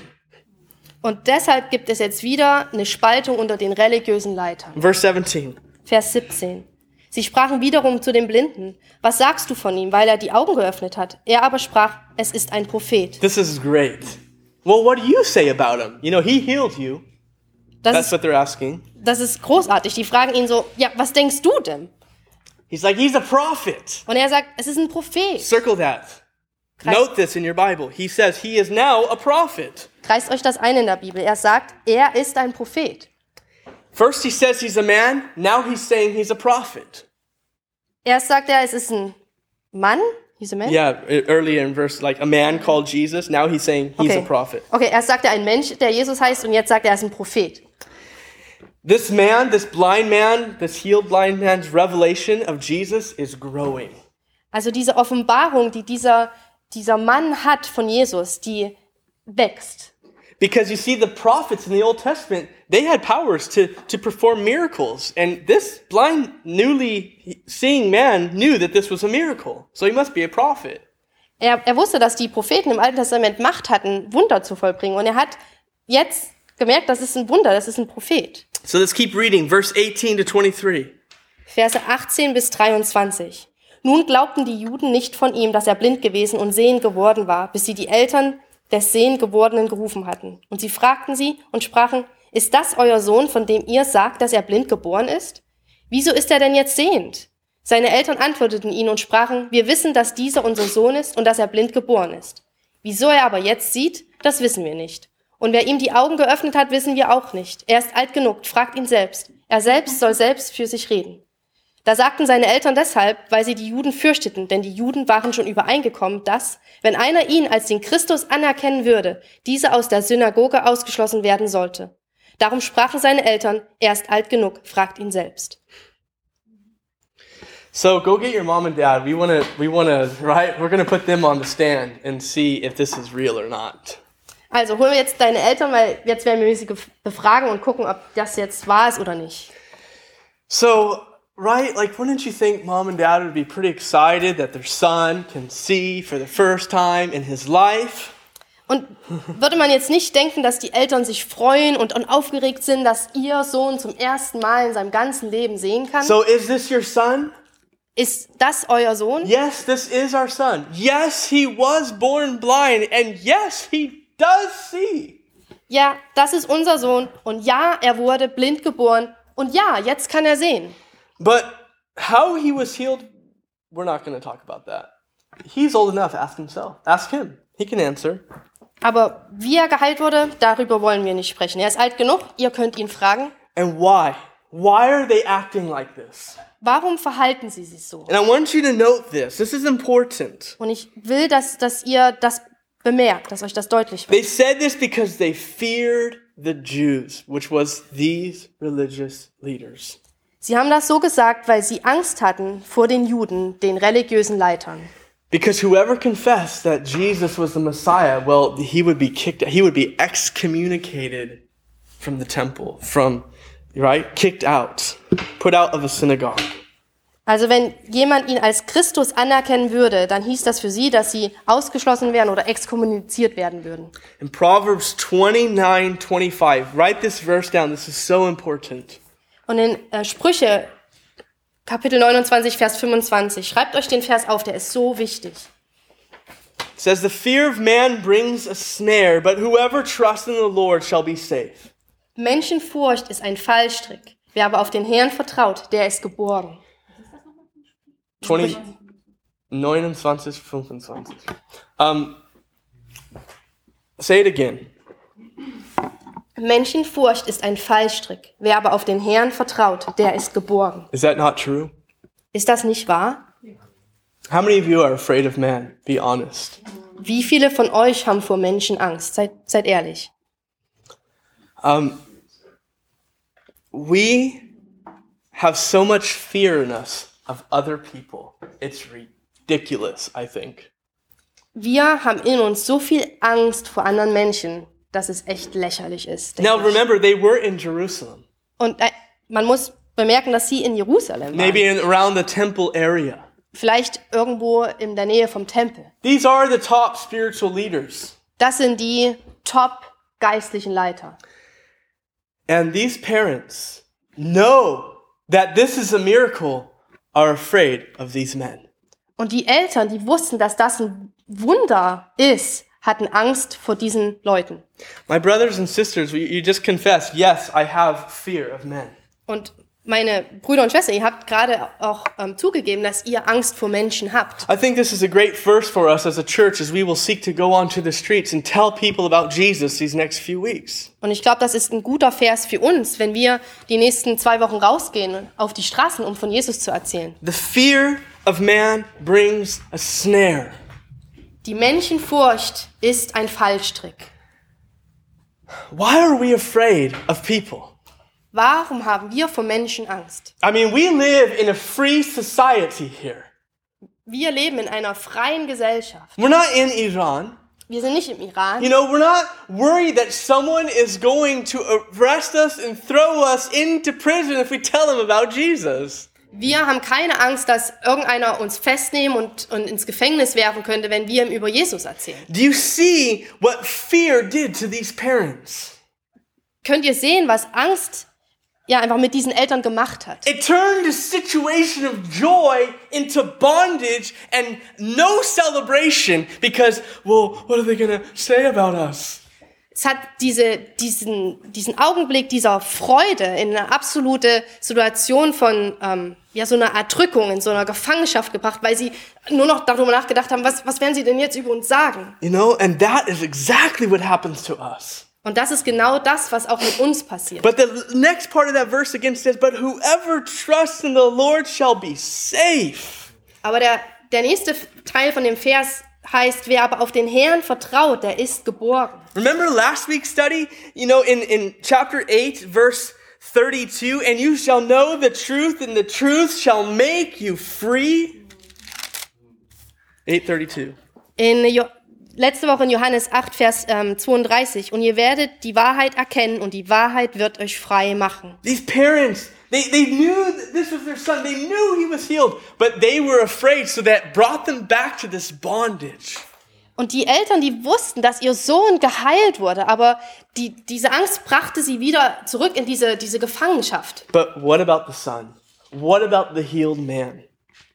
C: Und deshalb gibt es jetzt wieder eine Spaltung unter den religiösen Leitern.
B: Verse 17.
C: Vers 17. Sie sprachen wiederum zu dem Blinden, was sagst du von ihm, weil er die Augen geöffnet hat? Er aber sprach, es ist ein Prophet.
B: This is great. Well, what do you say about him? You know, he healed you.
C: Das
B: That's
C: ist,
B: what they're asking.
C: das ist großartig. Die fragen ihn so, ja, was denkst du denn?
B: He's like, he's a prophet.
C: Und er sagt, es ist ein Prophet.
B: Circle that.
C: Kreis,
B: Note this in your Bible. He says he is now a prophet.
C: kreist euch das ein in der Bibel. Er sagt, er ist ein Prophet.
B: First, he says he's a man. Now, he's saying he's a prophet.
C: Erst sagt er, es ist ein Mann, he's a man.
B: Yeah, e- earlier in verse, like a man called Jesus. Now, he's saying he's
C: okay.
B: a prophet.
C: Okay, erst sagt er ein Mensch, der Jesus heißt, und jetzt sagt er, er ist ein Prophet.
B: This man, this blind man, this healed blind man's revelation of Jesus is growing.
C: Also diese Offenbarung, die dieser, dieser Mann hat von Jesus, die wächst.
B: Because you see, the prophets in the Old Testament, they had powers to, to perform miracles. And this blind, newly seeing man knew that this was a miracle. So he must be a prophet.
C: Er, er wusste, dass die Propheten im Alten Testament Macht hatten, Wunder zu vollbringen. Und er hat jetzt gemerkt, das ist ein Wunder, das ist ein Prophet.
B: So let's keep reading, verse 18 to 23.
C: Verse 18 bis 23. Nun glaubten die Juden nicht von ihm, dass er blind gewesen und sehend geworden war, bis sie die Eltern des Sehengewordenen gerufen hatten. Und sie fragten sie und sprachen, ist das euer Sohn, von dem ihr sagt, dass er blind geboren ist? Wieso ist er denn jetzt sehend? Seine Eltern antworteten ihn und sprachen, wir wissen, dass dieser unser Sohn ist und dass er blind geboren ist. Wieso er aber jetzt sieht, das wissen wir nicht. Und wer ihm die Augen geöffnet hat, wissen wir auch nicht. Er ist alt genug, fragt ihn selbst. Er selbst soll selbst für sich reden. Da sagten seine Eltern deshalb, weil sie die Juden fürchteten, denn die Juden waren schon übereingekommen, dass, wenn einer ihn als den Christus anerkennen würde, dieser aus der Synagoge ausgeschlossen werden sollte. Darum sprachen seine Eltern, er ist alt genug, fragt ihn selbst.
B: So go get your mom and dad. We want to, we want to, right? We're going to put them on the stand and see if this is real or not.
C: Also holen wir jetzt deine Eltern, weil jetzt werden wir sie gef- befragen und gucken, ob das jetzt wahr ist oder nicht.
B: So, right? Like, wouldn't you think mom and dad would be pretty excited that their son can see for the first time in his life?
C: Und würde man jetzt nicht denken, dass die Eltern sich freuen und, und aufgeregt sind, dass ihr Sohn zum ersten Mal in seinem ganzen Leben sehen kann?
B: So, is this your son?
C: ist das euer Sohn?
B: Yes, this is our son. Yes, he was born blind, and yes, he does see.
C: Ja, das ist unser Sohn. Und ja, er wurde blind geboren. Und ja, jetzt kann er sehen.
B: But how he was healed, we're not going to talk about that. He's old enough. Ask himself. Ask him. He can answer.
C: Aber wie er geheilt wurde, darüber wollen wir nicht sprechen. Er ist alt genug, ihr könnt ihn fragen.
B: And why? Why are they acting like this?
C: Warum verhalten sie sich so?
B: And I want you to note this. This is important.
C: Und ich will, dass, dass ihr das bemerkt, dass euch das deutlich wird.
B: They said this because they feared the Jews, which was these religious leaders.
C: Sie haben das so gesagt, weil sie Angst hatten vor den Juden, den religiösen Leitern.
B: Because whoever confessed that Jesus was the Messiah, well, he would be kicked, he would be excommunicated from the temple, from, right? Kicked out, put out of a synagogue.
C: Also wenn jemand ihn als Christus anerkennen würde, dann hieß das für sie, dass sie ausgeschlossen wären oder exkommuniziert werden würden.
B: In Proverbs 29 25, write this verse down. This is so important.
C: Und in äh, Sprüche Kapitel 29, Vers 25, schreibt euch den Vers auf, der ist so wichtig.
B: It says, The fear of man brings a snare, but whoever trusts in the Lord shall be safe.
C: Menschenfurcht ist ein Fallstrick. Wer aber auf den Herrn vertraut, der ist geborgen.
B: 20, 29, 25. Um, say it again.
C: Menschenfurcht ist ein Fallstrick. Wer aber auf den Herrn vertraut, der ist geborgen.
B: Is that not true?
C: Ist das nicht wahr?
B: How many of you are afraid of man? Be honest.
C: Wie viele von euch haben vor Menschen Angst? Seid, seid ehrlich.
B: Um, we have so much fear in us of other people. It's ridiculous, I think.
C: Wir haben in uns so viel Angst vor anderen Menschen, dass es echt lächerlich ist. denke
B: Now
C: ich.
B: remember, they were in Jerusalem,
C: Und äh, man muss bemerken, dass sie in Jerusalem waren.
B: maybe in, around the temple area.
C: Vielleicht irgendwo in der Nähe vom Tempel.
B: These are the top spiritual leaders.
C: Das sind die top geistlichen Leiter.
B: And these parents know that this is a miracle, are afraid of these men.
C: Und die Eltern, die wussten, dass das ein Wunder ist, hatten Angst vor diesen Leuten.
B: My brothers and sisters, you you just confessed, yes, I have fear of men.
C: Und meine Brüder und Schwestern, ihr habt gerade auch ähm, zugegeben, dass ihr Angst vor Menschen habt.
B: I think this is a great verse for us as a church as we will seek to go onto the streets and tell people about Jesus these next few weeks.
C: Und ich glaube, das ist ein guter Vers für uns, wenn wir die nächsten zwei Wochen rausgehen auf die Straßen, um von Jesus zu erzählen.
B: The fear of man brings a snare.
C: Die Menschenfurcht ist ein Fallstrick.
B: Why are we afraid of people?
C: Warum haben wir vor Menschen Angst?
B: I mean, we live in a free society here.
C: Wir leben in einer freien Gesellschaft.
B: We're not in Iran.
C: Wir sind nicht im Iran.
B: You know, we're not worried that someone is going to arrest us and throw us into prison if we tell them about Jesus.
C: Wir haben keine Angst, dass irgendeiner uns festnehmen und, und ins Gefängnis werfen könnte, wenn wir ihm über Jesus erzählen.
B: Do you see what fear did to these parents?
C: Könnt ihr sehen, was Angst ja einfach mit diesen Eltern gemacht hat?
B: It turned a situation of joy into bondage and no celebration because, well, what are they going to say about us?
C: Es hat diese, diesen, diesen Augenblick dieser Freude in eine absolute Situation von ähm, ja, so einer Erdrückung, in so einer Gefangenschaft gebracht, weil sie nur noch darüber nachgedacht haben, was, was werden sie denn jetzt über uns sagen?
B: You know, and that is exactly what happens to us.
C: Und das ist genau das, was auch mit uns passiert.
B: But the next part of that verse again says, But whoever trusts in the Lord shall be safe.
C: Aber der, der nächste Teil von dem Vers heißt, wer aber auf den Herrn vertraut, der ist geborgen.
B: Remember last week's study? You know, in, in chapter 8, verse 32, and you shall know the truth, and the truth shall make you free. 832.
C: In jo letzte Woche in Johannes 8, Vers ähm, 32. Und ihr werdet die Wahrheit erkennen und die Wahrheit wird euch frei machen.
B: These parents, they, they knew that this was their son. They knew he was healed, but they were afraid, so that brought them back to this bondage.
C: Und die Eltern, die wussten, dass ihr Sohn geheilt wurde, aber die, diese Angst brachte sie wieder zurück in diese, diese Gefangenschaft.
B: But what about the son? What about the healed man?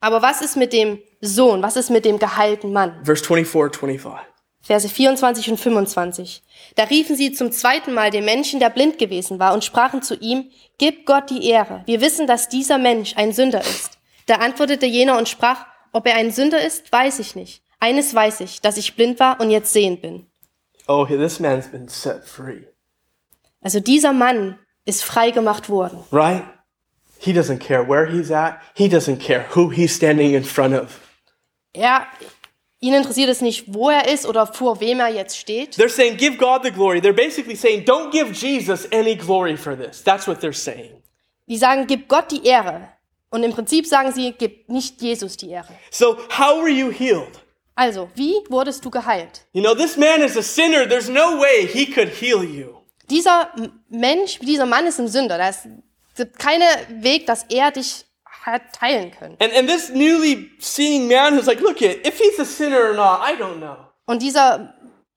C: Aber was ist mit dem Sohn? Was ist mit dem geheilten Mann?
B: Verse 24, 25.
C: Verse 24 und 25. Da riefen sie zum zweiten Mal den Menschen, der blind gewesen war, und sprachen zu ihm, Gib Gott die Ehre. Wir wissen, dass dieser Mensch ein Sünder ist. Da antwortete jener und sprach, Ob er ein Sünder ist, weiß ich nicht. Eines weiß ich, dass ich blind war und jetzt sehend bin.
B: Oh, this man's been set free,
C: Also dieser Mann ist freigemacht worden.
B: right? He doesn't care where he's at. He doesn't care who he's standing in front of.
C: Er, ihn interessiert es nicht, wo er ist oder vor wem er jetzt steht.
B: They're saying, give God the glory. They're basically saying, don't give Jesus any glory for this. That's what they're saying.
C: Die sagen, gib Gott die Ehre. Und im Prinzip sagen sie, gib nicht Jesus die Ehre.
B: So, how were you healed?
C: Also, wie wurdest du geheilt?
B: You know, this man is a sinner. There's no way he could heal you.
C: Dieser M- Mensch, dieser Mann ist ein Sünder. Da ist gibt keine Weg, dass er dich halt hat teilen können.
B: And, and this newly seeing man who's like, look it, if he's a sinner or not, I don't know.
C: Und dieser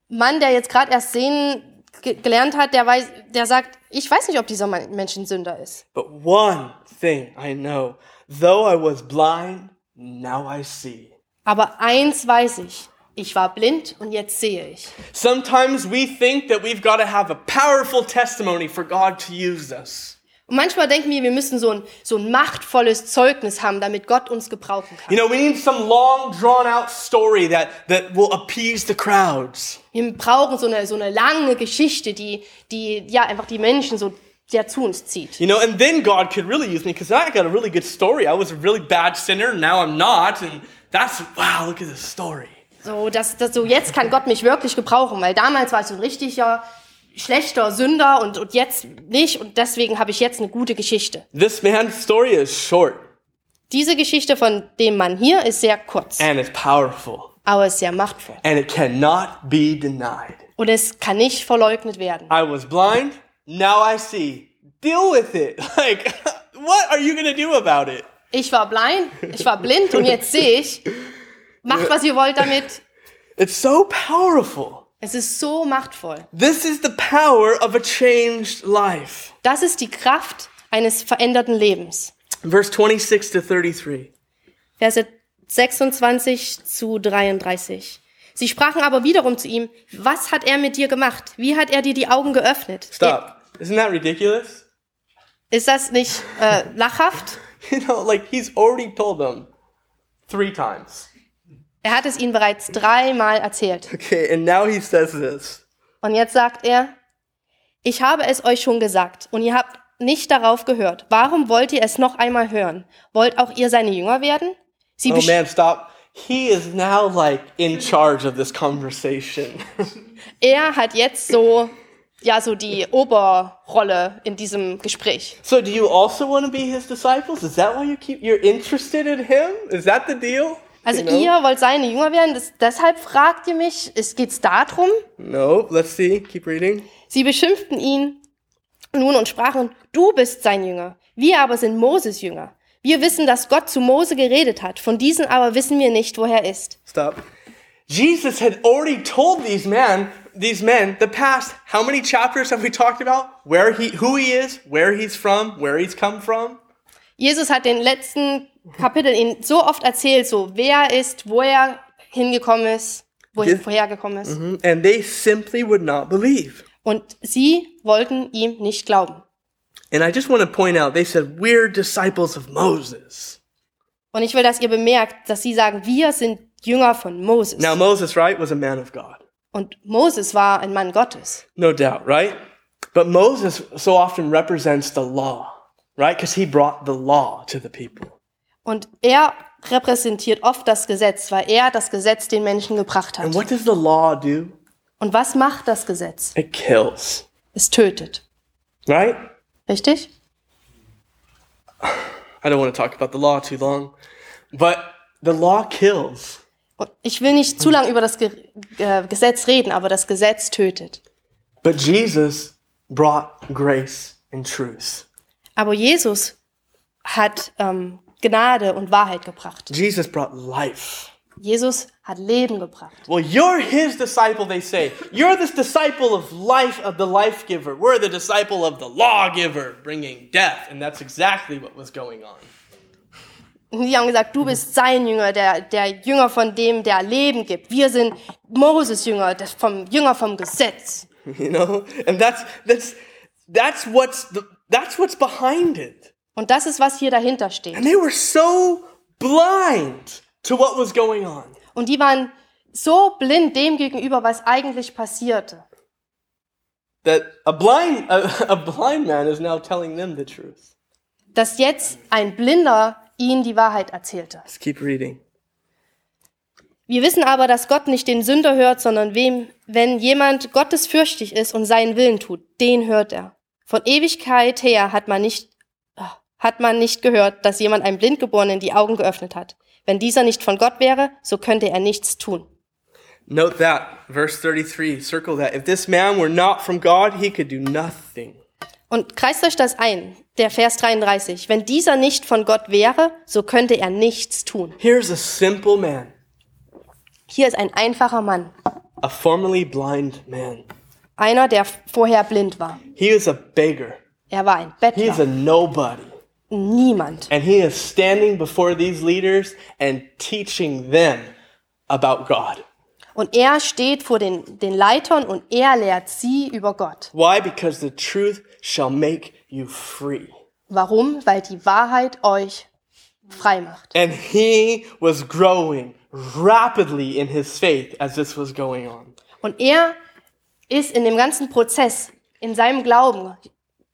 C: Mann, der jetzt gerade erst sehen ge gelernt hat, der weiß, der sagt, ich weiß nicht, ob dieser Mann, Mensch ein Sünder ist.
B: But one thing I know though I was blind, now I see.
C: Aber eins weiß ich. Ich war blind und jetzt sehe ich.
B: Sometimes we think that we've got to have a powerful testimony for God to use us.
C: Und manchmal denken wir, wir müssen so ein, so ein machtvolles Zeugnis haben, damit Gott uns gebrauchen
B: You
C: kann.
B: know, we need some long, drawn out story that, that will appease the crowds.
C: Wir brauchen so eine, so eine lange Geschichte, die, die, ja, einfach die Menschen so, ja, zu uns zieht.
B: You know, and then God could really use me because I got a really good story. I was a really bad sinner, now I'm not. And that's, wow, look at this story.
C: So, dass, dass so jetzt kann Gott mich wirklich gebrauchen, weil damals war ich so ein richtiger, schlechter Sünder und, und jetzt nicht und deswegen habe ich jetzt eine gute Geschichte.
B: This man's story is short
C: Diese Geschichte von dem Mann hier ist sehr kurz,
B: and it's powerful
C: aber ist sehr machtvoll.
B: and it cannot be denied.
C: Und es kann nicht verleugnet werden.
B: I was blind, now I see. Deal with it. Like, what are you gonna do about it?
C: Ich war blind, ich war blind und jetzt sehe ich. Macht, was ihr wollt damit.
B: It's so powerful.
C: Es ist so machtvoll.
B: This is the power of a changed life.
C: Das ist die Kraft eines veränderten Lebens.
B: Verse 26 to 33.
C: Verse 26 zu 33. Sie sprachen aber wiederum zu ihm, was hat er mit dir gemacht? Wie hat er dir die Augen geöffnet?
B: Stop. Isn't that ridiculous?
C: Ist das nicht äh, lachhaft?
B: You know, like he's already told them three times.
C: Er hat es ihnen bereits dreimal erzählt.
B: Okay, and now he says this.
C: Und jetzt sagt er, ich habe es euch schon gesagt und ihr habt nicht darauf gehört. Warum wollt ihr es noch einmal hören? Wollt auch ihr seine Jünger werden? Sie
B: Oh
C: besch-
B: man, stop. He is now like in charge of this conversation.
C: er hat jetzt so, ja, so die Oberrolle in diesem Gespräch.
B: So do you also want to be his disciples? Is that why you keep you're interested in him? Is that the deal?
C: Also
B: You know?
C: ihr wollt seine Jünger werden, das, deshalb fragt ihr mich, es geht's darum?
B: No, let's see. Keep reading.
C: Sie beschimpften ihn nun und sprachen, du bist sein Jünger, wir aber sind Moses Jünger. Wir wissen, dass Gott zu Mose geredet hat, von diesen aber wissen wir nicht, woher er ist.
B: Stop. Jesus had already told these men, these men, the past. How many chapters have we talked about? Where he, who he is, where he's from, where he's come from.
C: Jesus hat den letzten Kapitel ihnen so oft erzählt, so wer er ist, wo er hingekommen ist, wohin,
B: Yes.
C: woher er gekommen ist.
B: And they simply would not believe.
C: Und sie wollten ihm nicht glauben.
B: And I just want to point out, they said, We're disciples of Moses.
C: Und ich will, dass ihr bemerkt, dass sie sagen, wir sind Jünger von Moses.
B: Now, Moses, right, was a man of God.
C: Und Moses war ein Mann Gottes.
B: No doubt, right? But Moses so often represents the law, right? Because he brought the law to the people.
C: Und er repräsentiert oft das Gesetz, weil er das Gesetz den Menschen gebracht
B: And
C: hat.
B: what does the law do?
C: Und was macht das Gesetz?
B: It kills,
C: Es tötet.
B: right?
C: Richtig?
B: I don't want to talk about the law too long, but the law kills.
C: Und ich will nicht zu lang über das Ge äh, Gesetz reden, aber das Gesetz tötet.
B: But Jesus brought grace and truth.
C: Aber Jesus hat ähm, Gnade und Wahrheit gebracht.
B: Jesus brought life.
C: Jesus hat Leben gebracht.
B: Well, you're his disciple, they say. You're this disciple of life, of the life giver. We're the disciple of the lawgiver, bringing death. And that's exactly what was going on.
C: Und die haben gesagt, du bist sein Jünger, der, der Jünger von dem, der Leben gibt. Wir sind Moses Jünger, das vom Jünger vom Gesetz.
B: You know? And that's, that's, that's, what's, the, that's what's behind it.
C: Und das ist, was hier dahinter
B: And
C: steht.
B: they were so blind to what was going on.
C: Und die waren so blind dem gegenüber, was eigentlich passierte.
B: that a blind a, a blind man is now telling them the truth.
C: dass jetzt ein Blinder ihnen die Wahrheit erzählte.
B: Let's keep reading.
C: Wir wissen aber, dass Gott nicht den Sünder hört, sondern wem, wenn jemand gottesfürchtig ist und seinen Willen tut, den hört er. Von Ewigkeit her hat man nicht, ah, hat man nicht gehört, dass jemand einem Blindgeborenen die Augen geöffnet hat. Wenn dieser nicht von Gott wäre, so könnte er nichts tun.
B: Note that verse 33, circle that. If this man were not from God, he could do nothing.
C: Und kreist euch das ein, der Vers 33. Wenn dieser nicht von Gott wäre, so könnte er nichts tun.
B: Here's a simple man,
C: Hier ist ein einfacher Mann.
B: a formerly blind man.
C: Einer, der vorher blind war.
B: He is a beggar.
C: Er war ein
B: He is
C: Bettler.
B: a nobody.
C: Niemand.
B: And he is standing before these leaders and teaching them about God.
C: Und er steht vor den, den Leitern und er lehrt sie über Gott.
B: Why? Because the truth shall make you free.
C: Warum? Weil die Wahrheit euch frei macht.
B: And he was growing rapidly in his faith as this was going on.
C: Und er ist in dem ganzen Prozess, in seinem Glauben,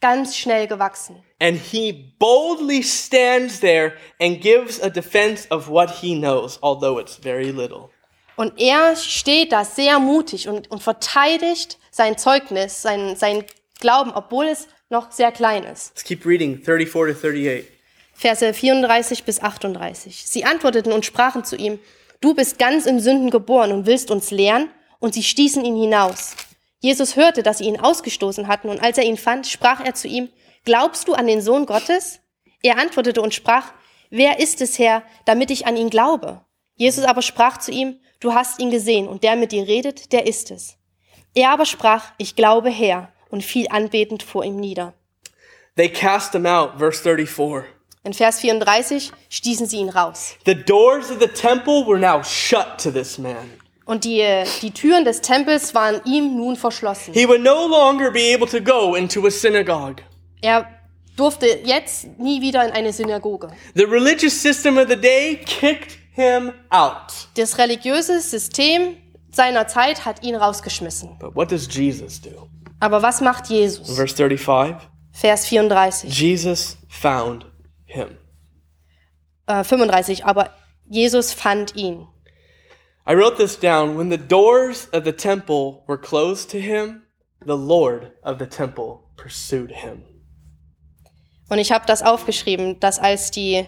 C: ganz schnell gewachsen.
B: And he boldly stands there and gives a defense of what he knows, although it's very little.
C: Und er steht da sehr mutig und, und verteidigt sein Zeugnis, sein, sein Glauben, obwohl es noch sehr klein ist.
B: Let's keep reading 34 to 38.
C: Verse 34 bis 38. Sie antworteten und sprachen zu ihm, Du bist ganz im Sünden geboren und willst uns lehren? Und sie stießen ihn hinaus. Jesus hörte, dass sie ihn ausgestoßen hatten, und als er ihn fand, sprach er zu ihm, Glaubst du an den Sohn Gottes? Er antwortete und sprach, Wer ist es, Herr, damit ich an ihn glaube? Jesus aber sprach zu ihm, Du hast ihn gesehen, und der mit dir redet, der ist es. Er aber sprach, Ich glaube, Herr, und fiel anbetend vor ihm nieder.
B: They cast him out, verse 34.
C: In Vers 34 stießen sie ihn raus.
B: The doors of the temple were now shut to this man.
C: Und die, die Türen des Tempels waren ihm nun verschlossen.
B: He would no longer be able to go into a synagogue.
C: Er durfte jetzt nie wieder in eine Synagoge.
B: The religious system of the day kicked him out.
C: Das religiöse System seiner Zeit hat ihn rausgeschmissen.
B: But what does Jesus do?
C: Aber was macht Jesus?
B: Verse 35.
C: Vers 34,
B: Jesus found him.
C: äh, 35, aber Jesus fand ihn.
B: I wrote this down. When the doors of the temple were closed to him, the Lord of the temple pursued him.
C: Und ich habe das aufgeschrieben, dass als die...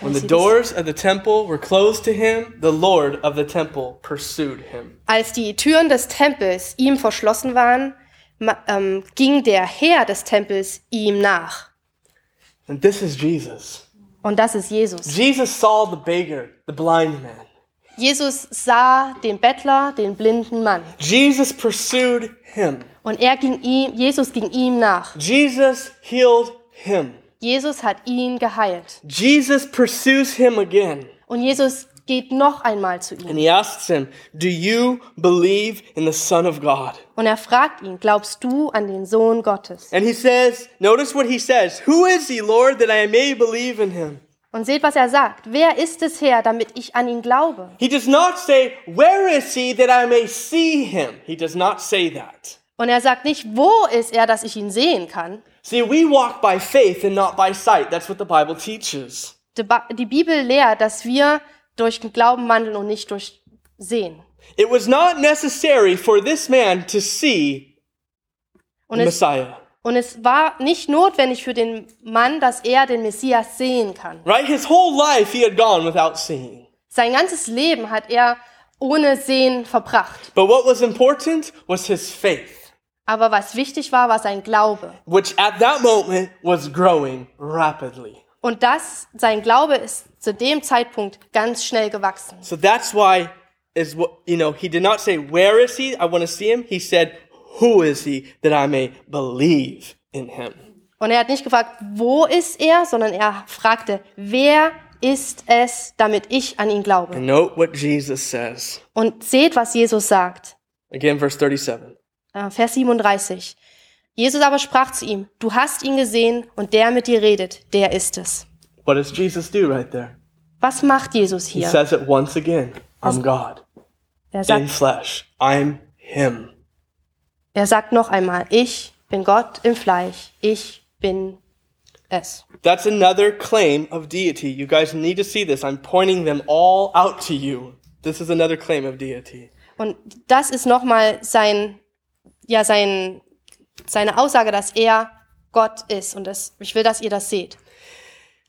B: When the doors of the temple were closed to him, the Lord of the temple pursued him.
C: Als die Türen des Tempels ihm verschlossen waren, ma- ähm, ging der Herr des Tempels ihm nach.
B: And this is Jesus.
C: Und das ist Jesus.
B: Jesus saw the beggar, the blind man.
C: Jesus sah den Bettler, den blinden Mann.
B: Jesus pursued him.
C: Und er ging ihm, Jesus ging ihm nach.
B: Jesus healed him.
C: Jesus hat ihn geheilt.
B: Jesus pursues him again.
C: Und Jesus geht noch einmal zu ihm.
B: And he asks him, Do you believe in the Son of God?
C: Und er fragt ihn, glaubst du an den Sohn Gottes?
B: And he says, Notice what he says Who is he, Lord, that I may believe in him?
C: Und seht, was er sagt. Wer ist es, Herr, damit ich an ihn glaube?
B: He does not say, Where is he that I may see him? He does not say that.
C: Und er sagt nicht, wo ist er, dass ich ihn sehen kann?
B: See, we walk by faith and not by sight. That's what the Bible teaches.
C: Die Ba- die Bibel lehrt, dass wir durch den Glauben wandeln und nicht durch Sehen.
B: It was not necessary for this man to see
C: Und
B: the
C: es,
B: Messiah.
C: und es war nicht notwendig für den Mann, dass er den Messias sehen kann.
B: Right? His whole life he had gone without seeing.
C: Sein ganzes Leben hat er ohne Sehen verbracht.
B: But what was important was his faith,
C: Aber was wichtig war, war sein Glaube.
B: which at that moment was growing rapidly.
C: Und das, sein Glaube ist zu dem Zeitpunkt ganz schnell gewachsen.
B: So that's why is what you know, he did not say where is he? I want to see him. He said, "Who is he that I may believe in him?"
C: Und er hat nicht gefragt, wo ist er, sondern er fragte, wer ist es, damit ich an ihn glaube?
B: And note what Jesus says.
C: Und seht, was Jesus sagt.
B: Again verse 37.
C: Äh, Vers 37. Jesus aber sprach zu ihm, du hast ihn gesehen und der mit dir redet, der ist es.
B: What does Jesus do right there?
C: Was macht Jesus
B: He
C: hier?
B: says it once again. I'm God
C: Er
B: in
C: sagt,
B: flesh. I'm him.
C: er sagt noch einmal, ich bin Gott im Fleisch, ich bin es.
B: That's another claim of deity. You guys need to see this. I'm pointing them all out to you. This is another claim of deity.
C: Und das ist nochmal sein, ja, sein, seine Aussage, dass er Gott ist. Und das, ich will, dass ihr das seht.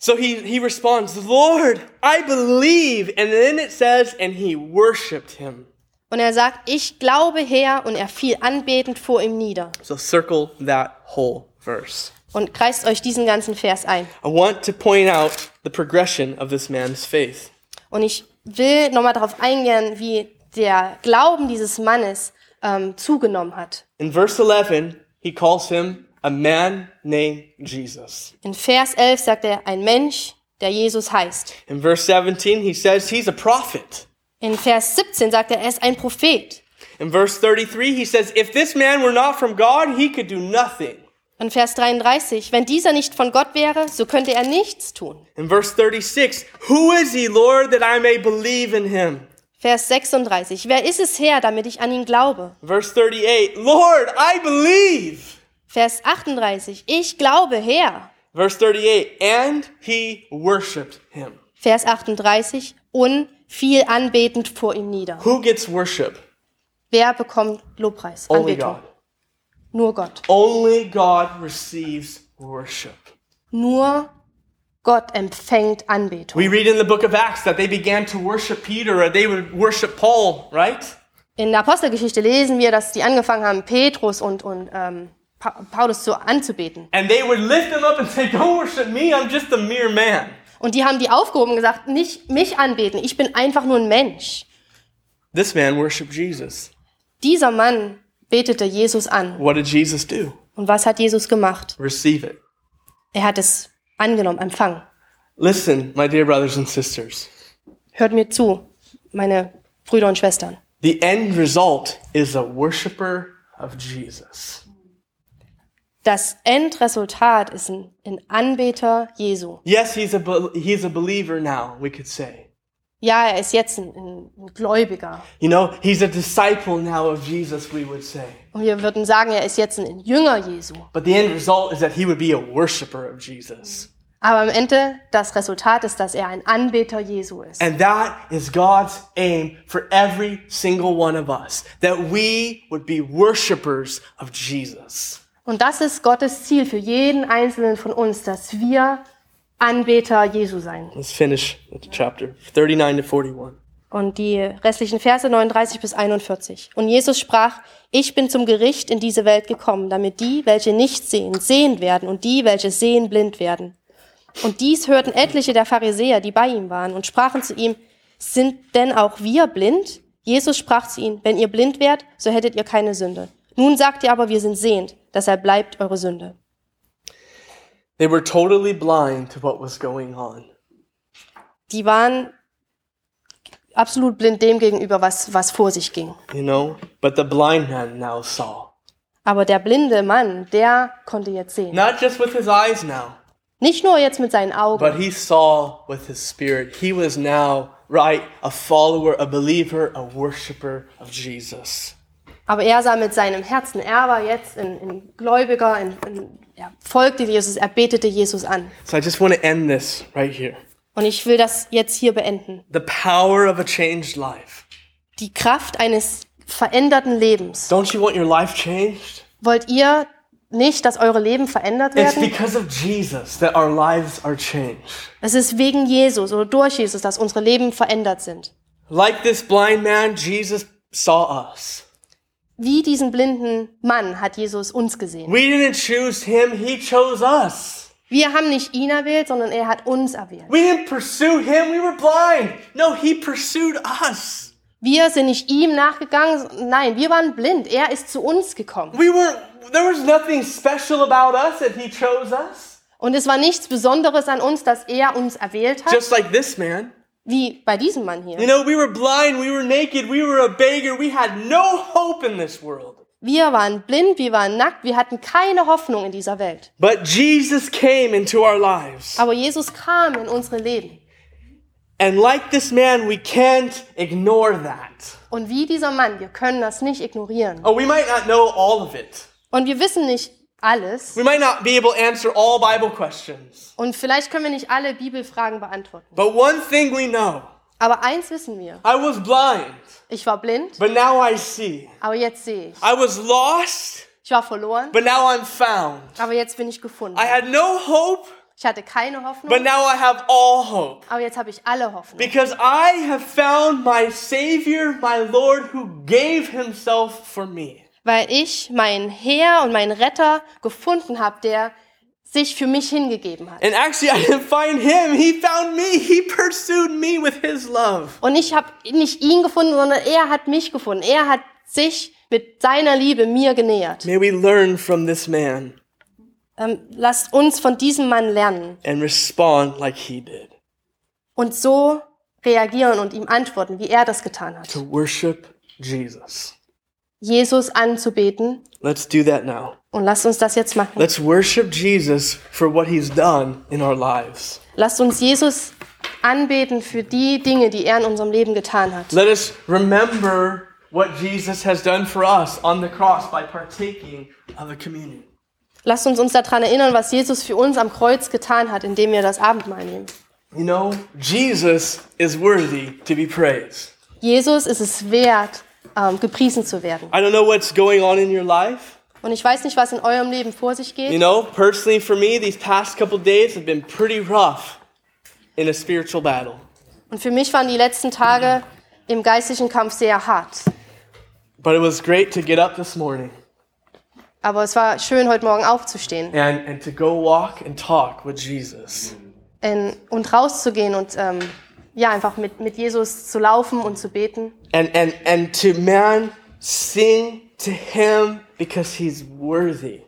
B: So he, he responds, Lord, I believe. And then it says, and he worshiped him.
C: Und er sagt, ich glaube Herr, und er fiel anbetend vor ihm nieder.
B: So circle that whole verse.
C: Und kreist euch diesen ganzen Vers ein.
B: I want to point out the progression of this man's faith.
C: Und ich will nochmal darauf eingehen, wie der Glauben dieses Mannes ähm, zugenommen hat.
B: In verse 11, he calls him a man named Jesus.
C: In Vers 11 sagt er, ein Mensch, der Jesus heißt.
B: In verse 17, he says he's a prophet.
C: In Vers 17 sagt er, er ist ein Prophet.
B: In verse 33, he says, If this man were not from God, he could do nothing.
C: Und Vers 33, wenn dieser nicht von Gott wäre, so könnte er nichts tun.
B: In verse 36, Who is he, Lord, that I may believe in him?
C: Vers 36, wer ist es Herr, damit ich an ihn glaube?
B: Verse 38, Lord, I believe.
C: Vers 38, ich glaube Herr.
B: Verse 38, and he worshiped him.
C: Vers 38, und fiel anbetend vor ihm nieder.
B: Who gets worship?
C: Wer bekommt Lobpreis?
B: Only
C: Anbetung.
B: God.
C: Nur Gott.
B: Only God receives worship.
C: Nur Gott empfängt Anbetung.
B: We read in the book of Acts that they began to worship Peter or they would worship Paul, right?
C: In der Apostelgeschichte lesen wir, dass die angefangen haben, Petrus und, und ähm, pa Paulus zu, anzubeten.
B: And they would lift him up and say, Don't worship me, I'm just a mere man.
C: Und die haben die aufgehoben und gesagt, nicht mich anbeten, ich bin einfach nur ein Mensch.
B: This man worshiped Jesus.
C: Dieser Mann betete Jesus an.
B: What did Jesus do?
C: Und was hat Jesus gemacht?
B: Receive it.
C: Er hat es angenommen, empfangen.
B: Listen, my dear brothers and sisters,
C: Hört mir zu, meine Brüder und Schwestern.
B: the end result is a worshiper of Jesus.
C: Das Endresultat ist ein, ein Anbeter Jesu.
B: Yes, he's a, bel- he's a believer now, we could say.
C: Ja, er ist jetzt ein, ein, ein Gläubiger.
B: You know, he's a disciple now of Jesus, we would say.
C: Und wir würden sagen, er ist jetzt ein, ein Jünger Jesu.
B: But the end result is that he would be a worshiper of Jesus.
C: Aber am Ende, das Resultat ist, dass er ein Anbeter Jesu ist.
B: And that is God's aim for every single one of us, that we would be worshipers of Jesus.
C: Und das ist Gottes Ziel für jeden einzelnen von uns, dass wir Anbeter Jesu sein.
B: Let's finish with the chapter 39 to 41.
C: Und die restlichen Verse 39 bis 41. Und Jesus sprach, ich bin zum Gericht in diese Welt gekommen, damit die, welche nicht sehen, sehend werden und die, welche sehen, blind werden. Und dies hörten etliche der Pharisäer, die bei ihm waren, und sprachen zu ihm, sind denn auch wir blind? Jesus sprach zu ihnen, wenn ihr blind wärt, so hättet ihr keine Sünde. Nun sagt ihr aber, wir sind sehend, deshalb bleibt eure Sünde.
B: They were totally blind to what was going on.
C: Die waren absolut blind dem gegenüber, was, was vor sich ging.
B: You know? But the blind man now saw.
C: Aber der blinde Mann, der konnte jetzt sehen.
B: Not just with his eyes now,
C: Nicht nur jetzt mit seinen Augen,
B: but he saw with his spirit. He was now, right, a follower, a believer, a worshiper of Jesus.
C: aber er sah mit seinem Herzen, er war jetzt ein, ein Gläubiger, ein, ein, er folgte Jesus, er betete Jesus an.
B: So I just want to end this right here.
C: Und ich will das jetzt hier beenden.
B: The power of a changed life.
C: Die Kraft eines veränderten Lebens.
B: Don't you want your life changed?
C: Wollt ihr nicht, dass eure Leben verändert
B: It's
C: werden?
B: because of Jesus that our lives are changed.
C: Es ist wegen Jesus oder durch Jesus, dass unsere Leben verändert sind.
B: Like this blind man, Jesus saw us.
C: Wie diesen blinden Mann hat Jesus uns gesehen.
B: We didn't choose him, he chose us.
C: Wir haben nicht ihn erwählt, sondern er hat uns erwählt.
B: We didn't pursue him, we were blind. No, he pursued us.
C: Wir sind nicht ihm nachgegangen, nein, wir waren blind. Er ist zu uns gekommen.
B: We were there was nothing special about us that he chose us.
C: Und es war nichts Besonderes an uns, dass er uns erwählt hat,
B: Just like this man.
C: wie bei diesem Mann
B: You
C: hier.
B: know, we were blind, we were naked, we were a beggar, we had no hope in this world.
C: Wir waren blind, wir waren nackt, wir hatten keine Hoffnung in dieser Welt.
B: But Jesus came into our lives.
C: Aber Jesus kam in unsere Leben.
B: And like this man, we can't ignore that.
C: Und wie dieser Mann, wir können das nicht ignorieren.
B: Oh, we might not know all of it.
C: Und wir wissen nicht alles.
B: We might not be able to answer all Bible questions.
C: Und vielleicht können wir nicht alle Bibelfragen beantworten.
B: But one thing we know
C: Aber eins wissen wir.
B: I was blind,
C: Ich war blind,
B: but now I see.
C: aber jetzt sehe ich.
B: I was lost,
C: Ich war verloren,
B: but now I'm found.
C: aber jetzt bin ich gefunden.
B: I had no hope,
C: Ich hatte keine
B: but
C: Hoffnung,
B: now I have all hope.
C: aber jetzt habe ich alle Hoffnung.
B: Because I have found my Savior, my Lord, who gave himself for me.
C: Weil ich meinen Herr und meinen Retter gefunden habe, der sich für mich hingegeben hat.
B: And actually, I didn't find him. He found me. He pursued me with his love.
C: Und ich habe nicht ihn gefunden, sondern er hat mich gefunden. Er hat sich mit seiner Liebe mir genähert.
B: May we learn from this man
C: Ähm, lasst uns von diesem Mann lernen
B: and respond like he did
C: und so reagieren und ihm antworten, wie er das getan hat.
B: to worship Jesus.
C: Jesus anzubeten
B: Let's do that now.
C: und lasst uns das jetzt machen.
B: Let's worship Jesus for what he's done in our lives.
C: Lasst uns Jesus anbeten für die Dinge, die er in unserem Leben getan hat.
B: Let us remember what Jesus has done for us on the cross by partaking of the communion.
C: Lasst uns uns daran erinnern, was Jesus für uns am Kreuz getan hat, indem wir das Abendmahl nehmen.
B: You know, Jesus is worthy to be praised.
C: Jesus ist es wert, ähm, gepriesen zu werden.
B: I don't know what's going on in your life.
C: Und ich weiß nicht, was in eurem Leben vor sich
B: You
C: geht.
B: know, personally for me, these past couple days have been pretty rough in a spiritual battle.
C: Und für mich waren die letzten Tage im geistlichen Kampf sehr hart.
B: But it was great to get up this morning
C: Aber es war schön, heute Morgen aufzustehen
B: and, and to go walk and talk with Jesus.
C: ähm, und rauszugehen und ähm, ja, einfach mit, mit Jesus zu laufen und zu beten.
B: And, and, and to man, sing to him because he's worthy.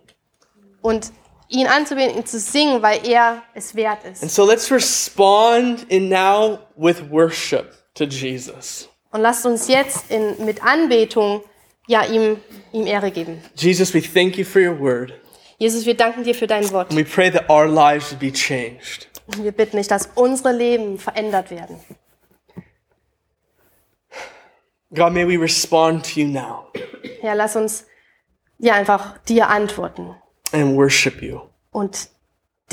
C: und ihn anzubeten, ihn zu singen, weil er es wert
B: And
C: ist.
B: so let's respond in now with worship to Jesus.
C: Und lasst uns jetzt in, mit Anbetung ja ihm, ihm Ehre geben.
B: Jesus, we thank you for your word.
C: Jesus, wir danken dir für dein Wort.
B: And we pray that our lives would be changed.
C: Und wir bitten dich, dass unsere Leben verändert werden.
B: God, may we respond to you now
C: Herr, lass uns ja einfach dir antworten
B: and worship you.
C: und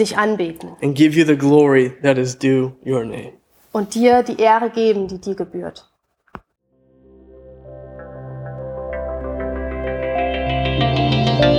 C: dich anbeten
B: and give you the glory that is due your name.
C: und dir die Ehre geben, die dir gebührt.
A: e.